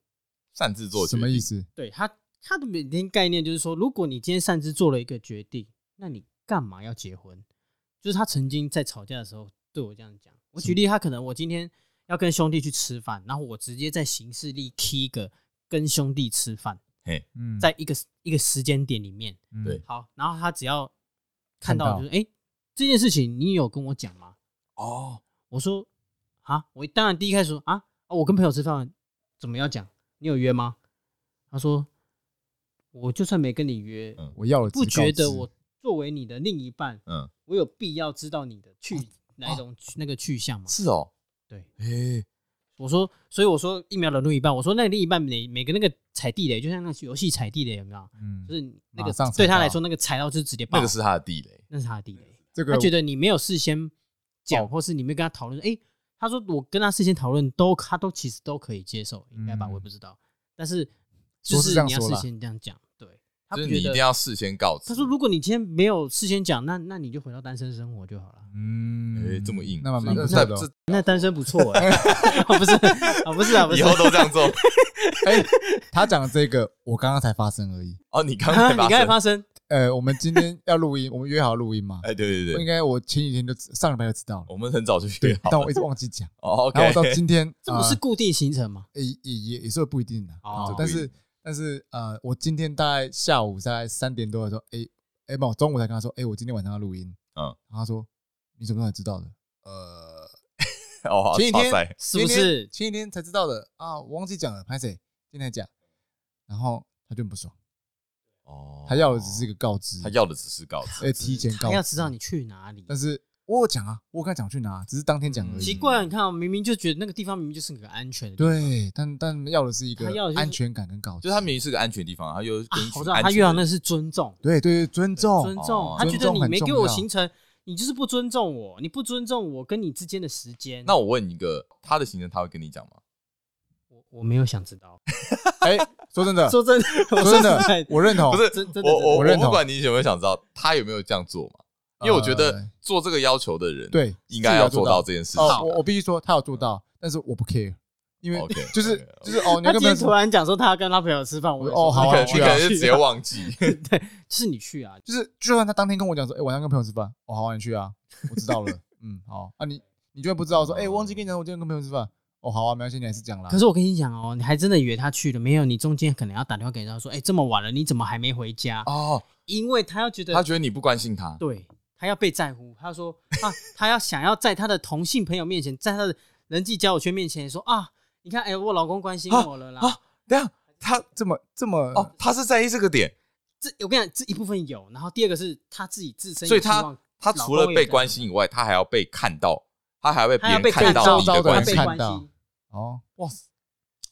擅自做决
什么
定
意？思？
对他他的每天概念就是说，如果你今天擅自做了一个决定，那你干嘛要结婚？就是他曾经在吵架的时候对我这样讲。我举例，他可能我今天要跟兄弟去吃饭，然后我直接在行事历 key 一个跟兄弟吃饭，
嗯，
在一个一个时间点里面。
嗯
对
好，然后他只要看
看
到
到
就是，哎、这件事情你有跟我讲吗？
哦，
我说啊，我当然第一开始说啊，啊我跟朋友吃饭怎么要讲？你有约吗？他说我就算没跟你约，
嗯
我要了
不
只告
觉得
知
我作为你的另一半，
嗯，
我有必要知道你的去哪一种去那个去向吗？
是哦，
对，
诶，
我说，所以我说疫苗的另一半，我说那另一半每每个那个踩地雷，就像那游戏踩地雷有没有？
嗯
就，是那个
马上踩到
对他来说，那个踩到就是直接爆，
那个是他的地雷，
那是他的地雷。
这个
他觉得你没有事先
哦
讲，或是你没有跟他讨论，哎、他说我跟他事先讨论都，他都其实都可以接受，应该吧？
嗯
我也不知道，但是就
说是
是
这样
你要
说
事
啦
先这样讲，对他
就
不
是你
觉
一定
得。
要事先告知。
他说，如果你今天没有事先讲，那那你就回到单身生活就
哦
好了。
诶
嗯
哎这么硬，
那蛮蛮
这
不
这
错的哦。
这
那单身不错
*laughs*
哎、啊不是啊，不是啊，不
以
是啊。
后都这样做
哎，他讲的这个我刚刚才发生而已。
哦。你刚
啊
才
*laughs* 你刚才
生
发生，
呃，我们今天要录音，我们约好录音嘛？
哎，对对对，
应该我前几天就上礼拜就知道了，
我们很早就
对
学，
但
好
我
了
一直忘记讲，
哦
然后
*laughs*
我
，OK，
到今天，
这不
呃
是固定行程吗？
也也也也是不一定的
哦
啊，但是但是呃，我今天大概下午大概三点多的时候，哎哎，不，我中午才跟他说，哎，我今天晚上要录音，
嗯
嗯，然后他说你怎么才知道的？呃，
哦，好
前几
哇塞
天
是不是
前几天前几天才知道的啊？我忘记讲了，拍谁？今天才讲，然后他就很不爽，
哦，
他要的只是一个告知，
他要的只是告知，
哎提前告
他
知，
要知道你，去哪里。
但是我有讲啊，我有跟他讲去哪，只是当天讲而已，
奇怪，你看啊，明明就觉得那个地方明明就是个安全的地方，
对，但但要的是一个
他要的就是
安全感跟告知，
就是他明明是个安全地方，他又跟
啊
一，群
我知道
安
他
全
越南
的
那是尊重，
对对对，尊重，
尊
哦
重，他觉得
尊重
你
很
没
重
给我
要
行程，你就是不尊重我，你不尊重我跟你之间的时间。
那
我
我问你一个，他的行程他会跟你讲吗？
我没有想知道， *laughs*
哎，说真的，
说真的，我
说真
实
的
在，
我认同，
不是
真真的
我我
我认同
不管你有没有想知道他有没有这样做嘛，因为我觉得
呃
做这个要求的人，，
对，
应该
是有
做到这件事情
哦，
啊。
我我必须说他有做到，但是我不 care，因为
OK，
*laughs* 就是
OK，OK
就是哦，你要跟
他今
朋友
天
说
突然讲说他要跟他朋友吃饭，我也
哦
说
你
好
可
啊
能
我
你
要
可能是
去
直接
啊
忘记，
*laughs* 对，就是你去啊，
就是就算他当天跟我讲说，哎，晚上跟朋友吃饭，哦，好，你去啊，我知道了，嗯，好，啊你你居然不知道说，哎，我忘记跟你讲，我今天跟朋友吃饭，哦，好啊，没关系，你还是讲啦，
可是我跟你讲哦，你还真的以为他去了没有？你中间可能要打电话给他说，哎、这么晚了，你怎么还没回家？
哦，
因为他要觉得，
他觉得你不关心他，
对他要被在乎，他说啊，他要想要在他的同性朋友面前，在他的人际交友圈面前说啊，你看，哎、我老公关心我了啦。
啊对啊，他
呃
这么这么
哦，他是在意这个点，
这我跟你讲，这一部分有，然后第二个是他自己自身也
所以
希
他
望，
他除了被关心以外，他还要被看到，他还要被别
他要
人
被
看
到，
到你
周遭
的
的
他
关
被
心
人看
关
到
心。
哦，哇，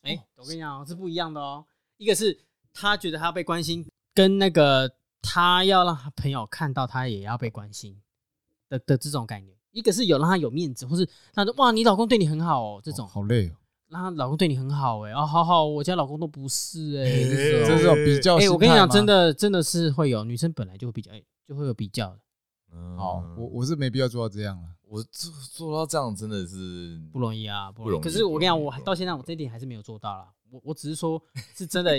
哎、我跟你讲、哦，是不一样的哦。一个是他觉得他被关心，跟那个他要让他朋友看到他也要被关心的的这种概念。一个是有让他有面子，或是让他哇，你老公对你很好哦，这种、
好累哦，
让他老公对你很好哎、哦，好好，我家老公都不是哎、
哎
这
这种
是种比较
哎、
心态吗，
我跟你讲，真的真的是会有女生本来就会比较、哎就会有比较的，
好，我我是没必要做到这样了，
我做做到这样真的是
不容易啊，不
不容易
可是我跟你讲，
不容易
我还到现在我这一点还是没有做到啦。我我只是说，是真的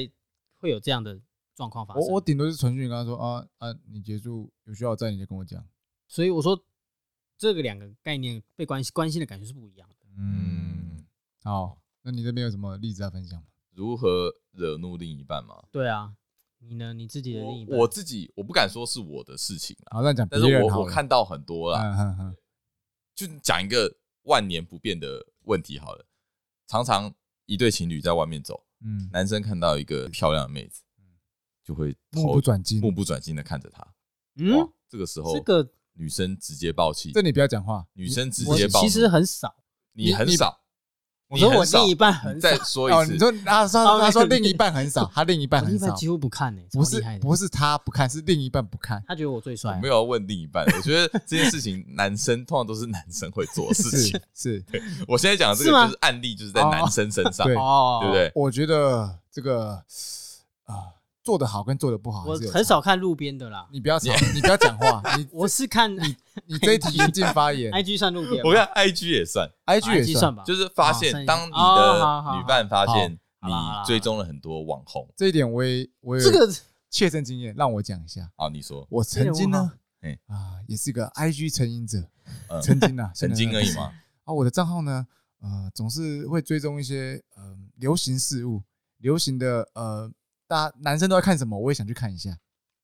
会有这样的状况发生。
我我顶多是传讯跟他说啊啊，你结束有需要在你就跟我讲，
所以我说，这个两个概念被关心关心的感觉是不一样的。
嗯
嗯，好，那你这边有什么例子要分享吗？
如何惹怒另一半嘛。
对啊，你呢？你自己的另一半，
我我自己我不敢说是我的事情啦，
好，那讲别
但是
人
我
好
我
了
看到很多啦，
嗯嗯嗯，
就讲一个万年不变的问题好了。常常一对情侣在外面走，
嗯，
男生看到一个漂亮的妹子，就会
目
头
不转睛
目，不转睛的看着她。哇
嗯，，
这个时候
这个
女生直接爆气
这，你不要讲话，
女生直
我
接爆怒。
其实很少。
你很少，
我
你
说我
很少
另一半很
你
少
再，说
哦，
一次，
你说他
哦
说
没有
*laughs*
他说另一半很少，他另一半
我另
很
一半
少，
几乎不看呢、欸，
不
超厉
是
害的
不是他不看，是另一半
*laughs*
不看，
他觉得我最
我
帅
没。有要问另一半。我觉得这件事情男生通常都是男生会做的事情
是。是，
我现在讲的这个
是吗
就是案例，就是在男生身上，
哦
对
哦，
不？对？
我觉得这个啊，做的好跟做的不好，
哦我很，少看路边的啦，
你不要吵，你不要讲话，你
我是看
你这一题严禁发
*laughs*
言
IG 算路边吗，
我看 IG 也算，
，IG 也
啊 IG 算吧，
就是发
哦算
现
一
当你
哦好好
的
好
女伴发现
好
你
啦好啦
追踪了很多网红
这一点我也我也
这个
切身经验，让我讲一下。
啊，你说
我曾经呢
这点，
啊，也是个 IG 成瘾者，
哎嗯
曾经
*laughs*
啊，
曾经而已
嘛。
嘛，
啊，我的账号呢，呃，总是会追踪一些呃流行事物，流行的呃，大家男生都在看什么，我也想去看一下，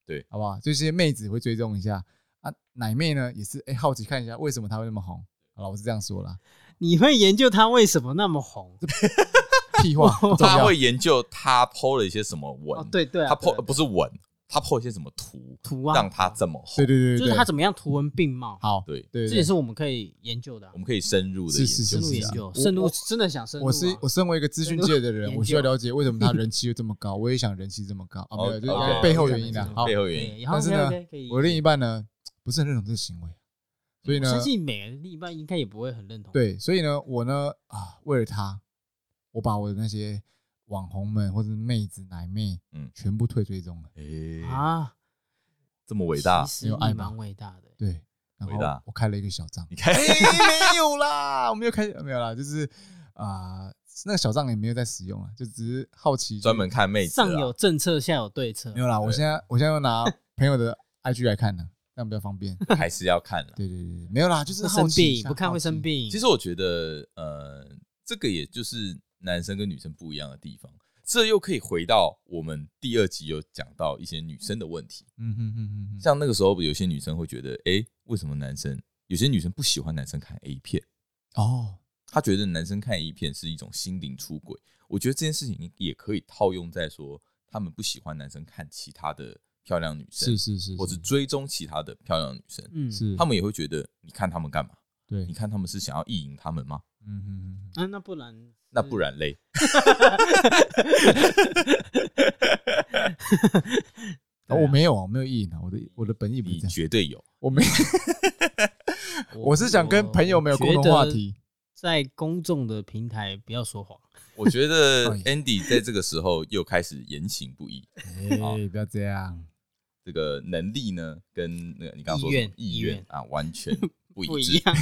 对，
好不好？这些妹子会追踪一下啊，奶妹呢也是哎、好奇看一下为什么她会那么红。好了，我是这样说
*laughs*
啦，
你会研究它为什么那么红？
屁话不重
他
要
会。研究他 PO 了一些什么文，
哦，对对啊，
他 PO
对
呃不是文，他 PO 一些什么图，
图啊，
让他这么红
对，对对
就
对
是
对，
它怎么样图文并茂，
好，
对，
对
这
对
也是我们可以研究的啊
我，们可以深入的
是是
深入
是
研
是
究，
我
深入
我
真的想深入啊。
我是我身为一个资讯界的人，
研
我需要
究
了解为什么 *laughs* 他人气又这么高，我也想人气这么高啊，没有，就是
OK，
背后原因
啊
啊。好，
，OK，
背后原因。
对，然后
但是呢
OK，OK，可以
我另一半呢不是很认同这个行为，所以
我
呢
相，信每个另一半应该也不会很认同。，
对，所以呢，我呢啊，为了他，我把我的那些网红们或者是妹子奶妹，
嗯
全部退追踪了。
诶，
啊，
这么伟大
其，实
没有爱
你
吗
蛮伟大的。
对，然
伟
后
大，
我开了一个小账
你看
哎，没有啦，我没有开，没有啦，就是啊、那个小账也没有在使用啊，就只是好奇
*laughs* 专门看妹子啊
上
啦
有，政策，下有对策
啊没。有啦。我
对
现在我现在又拿朋友的 *laughs* IG 来看呢，这样比较方便。
还是要看啦。
对对对，对没有啦，就是
会
好
生
奇一
病，
下
不看
好
会生
奇
病。
其实我觉得，呃，这个也就是男生跟女生不一样的地方。这又可以回到我们第二集有讲到一些女生的问题，
嗯哼哼哼哼，
像那个时候有些女生会觉得，诶，为什么男生有些女生不喜欢男生看 A 片？
哦，
她觉得男生看 A 片是一种心灵出轨。我觉得这件事情也可以套用在说，他们不喜欢男生看其他的漂亮女生，
是是是，
或者追踪其他的漂亮女生，
嗯，
是
他们也会觉得，你看他们干嘛？
对
你，看他们是想要意淫他们吗？
嗯哼哼哼。
那那不然
那不然嘞？
啊
对啊
我没有啊，我没有意淫啊，我的我的本意不是
你
这样，
绝对有，
我没，我是想跟朋友没有共同话，
我觉得
题，
在公众的平台不要说谎。
我觉得
哦
哎
Andy 在这个时候又开始言行不一，好
哎，不要这样，
这个能力呢，跟那个你刚刚说
意愿
什么意
意
愿
愿
啊，完
*laughs*
全不
不
一
一
致。
样，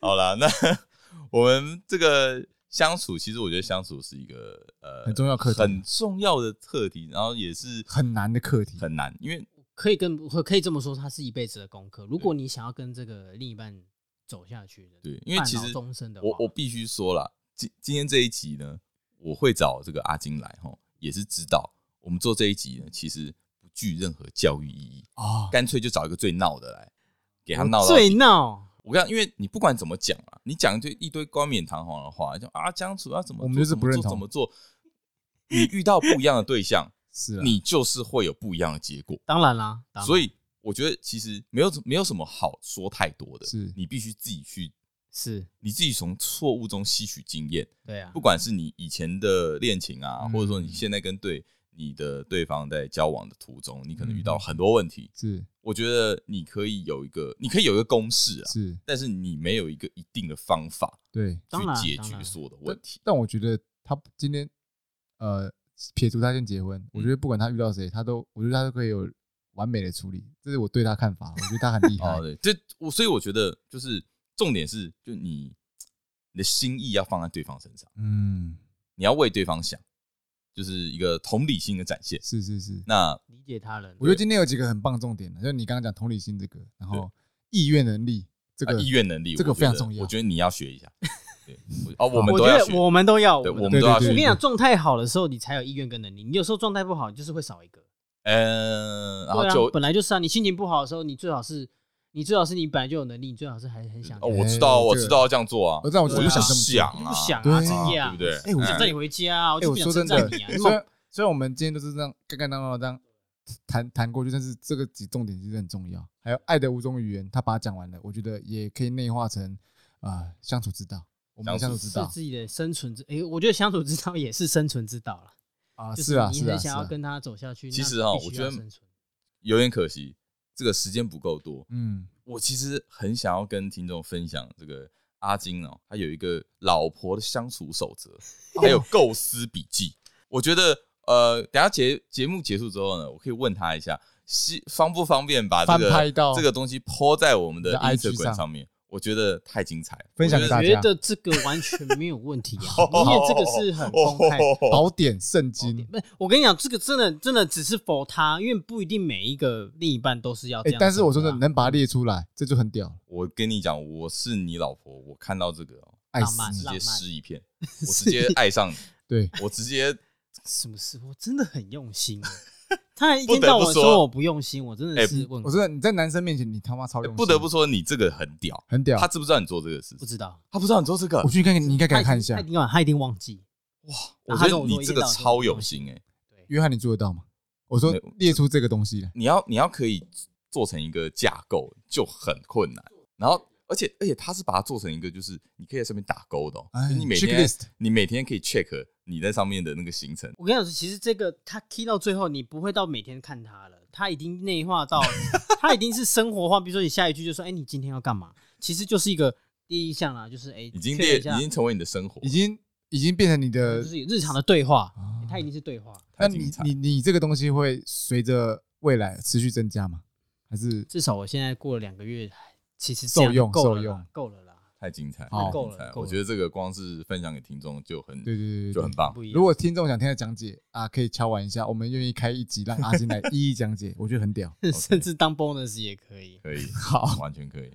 好啦，那 *laughs* 我们这个相处，其实我觉得相处是一个呃
很重要课题
很重要的课题，然后也是
很难的课题，
很难，因为
可以跟可以这么说，它是一辈子的功课。如果你想要跟这个另一半走下去的，
对，因为其
伴
实
老终身的话
我我必须说啦，今今天这一集呢，我会找这个阿金来哈，也是知道我们做这一集呢，其实不具任何教育意义，
哦，
干脆就找一个最闹的来，给他
我
闹到
最
底
闹，
我跟你讲，因为你不管怎么讲啊，你讲一堆一堆冠冕堂皇的话，像啊相处要怎么做，
我们就是
怎么
不认
做
同
怎么做。你遇到不一样的对
*laughs*
象，
是啊，
你就是会有不一样的结果。
当然啦，当然
所以我觉得其实没有没有什么好说太多的，
是
你必须自己去，
是
你自己从错误中吸取经验。
对啊
不，管是你以前的恋情啊，
嗯
或者说你现在跟对你的对方在交往的途中，你可能遇到很多问题。
是
我觉得你可以有一个，你可以有一个公式啊，
是，
但是你没有一个一定的方法。
对，
去
当然
解
当
决
然
所有的问题。
但我觉得他今天，呃，撇除他先结婚，我觉得不管他遇到谁，他都，我觉得他都可以有完美的处理，这是我对他看法，我觉得他很厉害
哦，，对，这我所以我觉得就是重点是，就你你的心意要放在对方身上，
嗯，
你要为对方想，就是一个同理心的展现。
是是是，
那
理解他人，
我觉得今天有几个很棒的重点的，就是你刚刚讲同理心这个，然后意愿能力这
啊
个
意愿能力，
这个
我觉
非常
得
重要
我觉得你要学一
*laughs*
下。对，我哦，我
我
们都
觉
要
得
学，
我们都要，
对，
我们
我
都
们
对
都
对
要
对
我
学
跟你。讲，状态好的时候，你才有意愿跟能力。你有时候状态不好，你就是会少一个。
嗯，然后
对啊
就，
本来就是啊。你心情不好的时候，你最好是，你最好是你本来就有能力，你最好是还很想。
哦，我知道，
哎
我
这个
知道要这样做啊
我，知道，我
对
我
啊
不想这么
想
做。
啊，
不想
对
啊，
啊
怎
对
样？
不对？
哎我
我想
嗯
带你回家，我
哎，
就
我
不想
说
称
真
赞
的
你啊。，
虽然虽然我们今天都是这样干干当当的这样谈谈过去，但是这个几重点其实很重要。还有爱的五种语言，他把它讲完了，我觉得也可以内化成啊相处之道，我们的
相
相处
处
之
是
道
自己的生存之，哎，我觉得相处之道也是生存之道了。
啊，
就是
啊
你
是啊
很
是
想要
啊，
跟他走下去，
其
那
实啊
必须
我觉得
要生存
有点可惜，这个时间不够多。
嗯，
我其实很想要跟听众分享这个阿金哦，他有一个老婆的相处守则，还有构思笔记。我觉得呃，等一下节节目结束之后呢，我可以问他一下，是方不方便把这
翻拍
个
到
这个东西抛在我们的
你的 IG
Instagram
上
上面？我觉得太精彩了，
分享
我
给
觉得
大
觉
家
得这个完全没有
*laughs*
问题啊，因为这个是很公开。
哦
宝典圣经。
不，我跟你讲，这个真的真的只是否他，因为不一定每一个另一半都是要这
哎、
样、
但是我说真
啊
的，，能把它列出来，这就很屌了，
我跟你讲，我是你老婆，我看到这个哦，
爱
浪
死
漫
你
直
浪
接
漫
湿一片，我直接爱上你，
对，
我直接
什么事？我真的很用心啊。
*laughs*
他还一
不
天
得
到
不
晚
说
说我不用心，我真的
哎
是问
我真的你在男生面前，你他妈
哎
超用心、
不得不说你这个很屌。
很屌
他。知不知道你做这个事
不？知道，
他不知道你做这个
我，去看看，你应该给他
他一定
看一下
他一，定忘，他一定忘记。
我
他
觉
跟
得
我
你
说一
这
天
个
到晚说
超
我
有
用
心哎、
约翰，你做得到吗？我说
没有
列出这个东西来，
你要你要可以做成一个架构就很困难，然后而且而且他是把它做成一个就是你可以在上面打勾的、哦，
哎
就你每天
checklist
你每天可以 check 你在上面的那个行程，
我跟你讲，其实这个他 key 到最后，你不会到每天看他了，他已经内
*laughs*
化到，他已经是生活化。比如说你下一句就说：“哎、你今天要干嘛？”其实就是一个第一项啦，就是哎，
已经
确
列
认一下
已经成为你的生活
已，经已经变成你的
就是日常的对话，
啊
他已经是对话，
那
太精
你
彩
你你这个东西会随着未来持续增加吗？还是
至少我现在过了两个月，其实这样
受用
够
受
了
用
啦，够了啦。
太精彩，
好
太
够
精
了
彩！
够
我
了
觉得这个光是分享给听众就很
对对对
就
对
很
对？
棒
不。一样
如果听众想听的讲解啊，可以敲完一下，我们愿意开一集让阿金来一一讲解，我觉得很屌。
*laughs* 甚至当 bonus 也可以。
*laughs* 可以，
好
完全可以。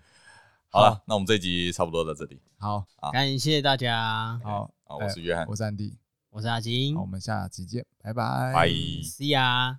好了，那我们这集差不多到这里。
好
感谢大家，
好
哎好，我是约翰
我，是安迪，
我是阿金
好，我们下集见，拜拜，
拜。
，See ya。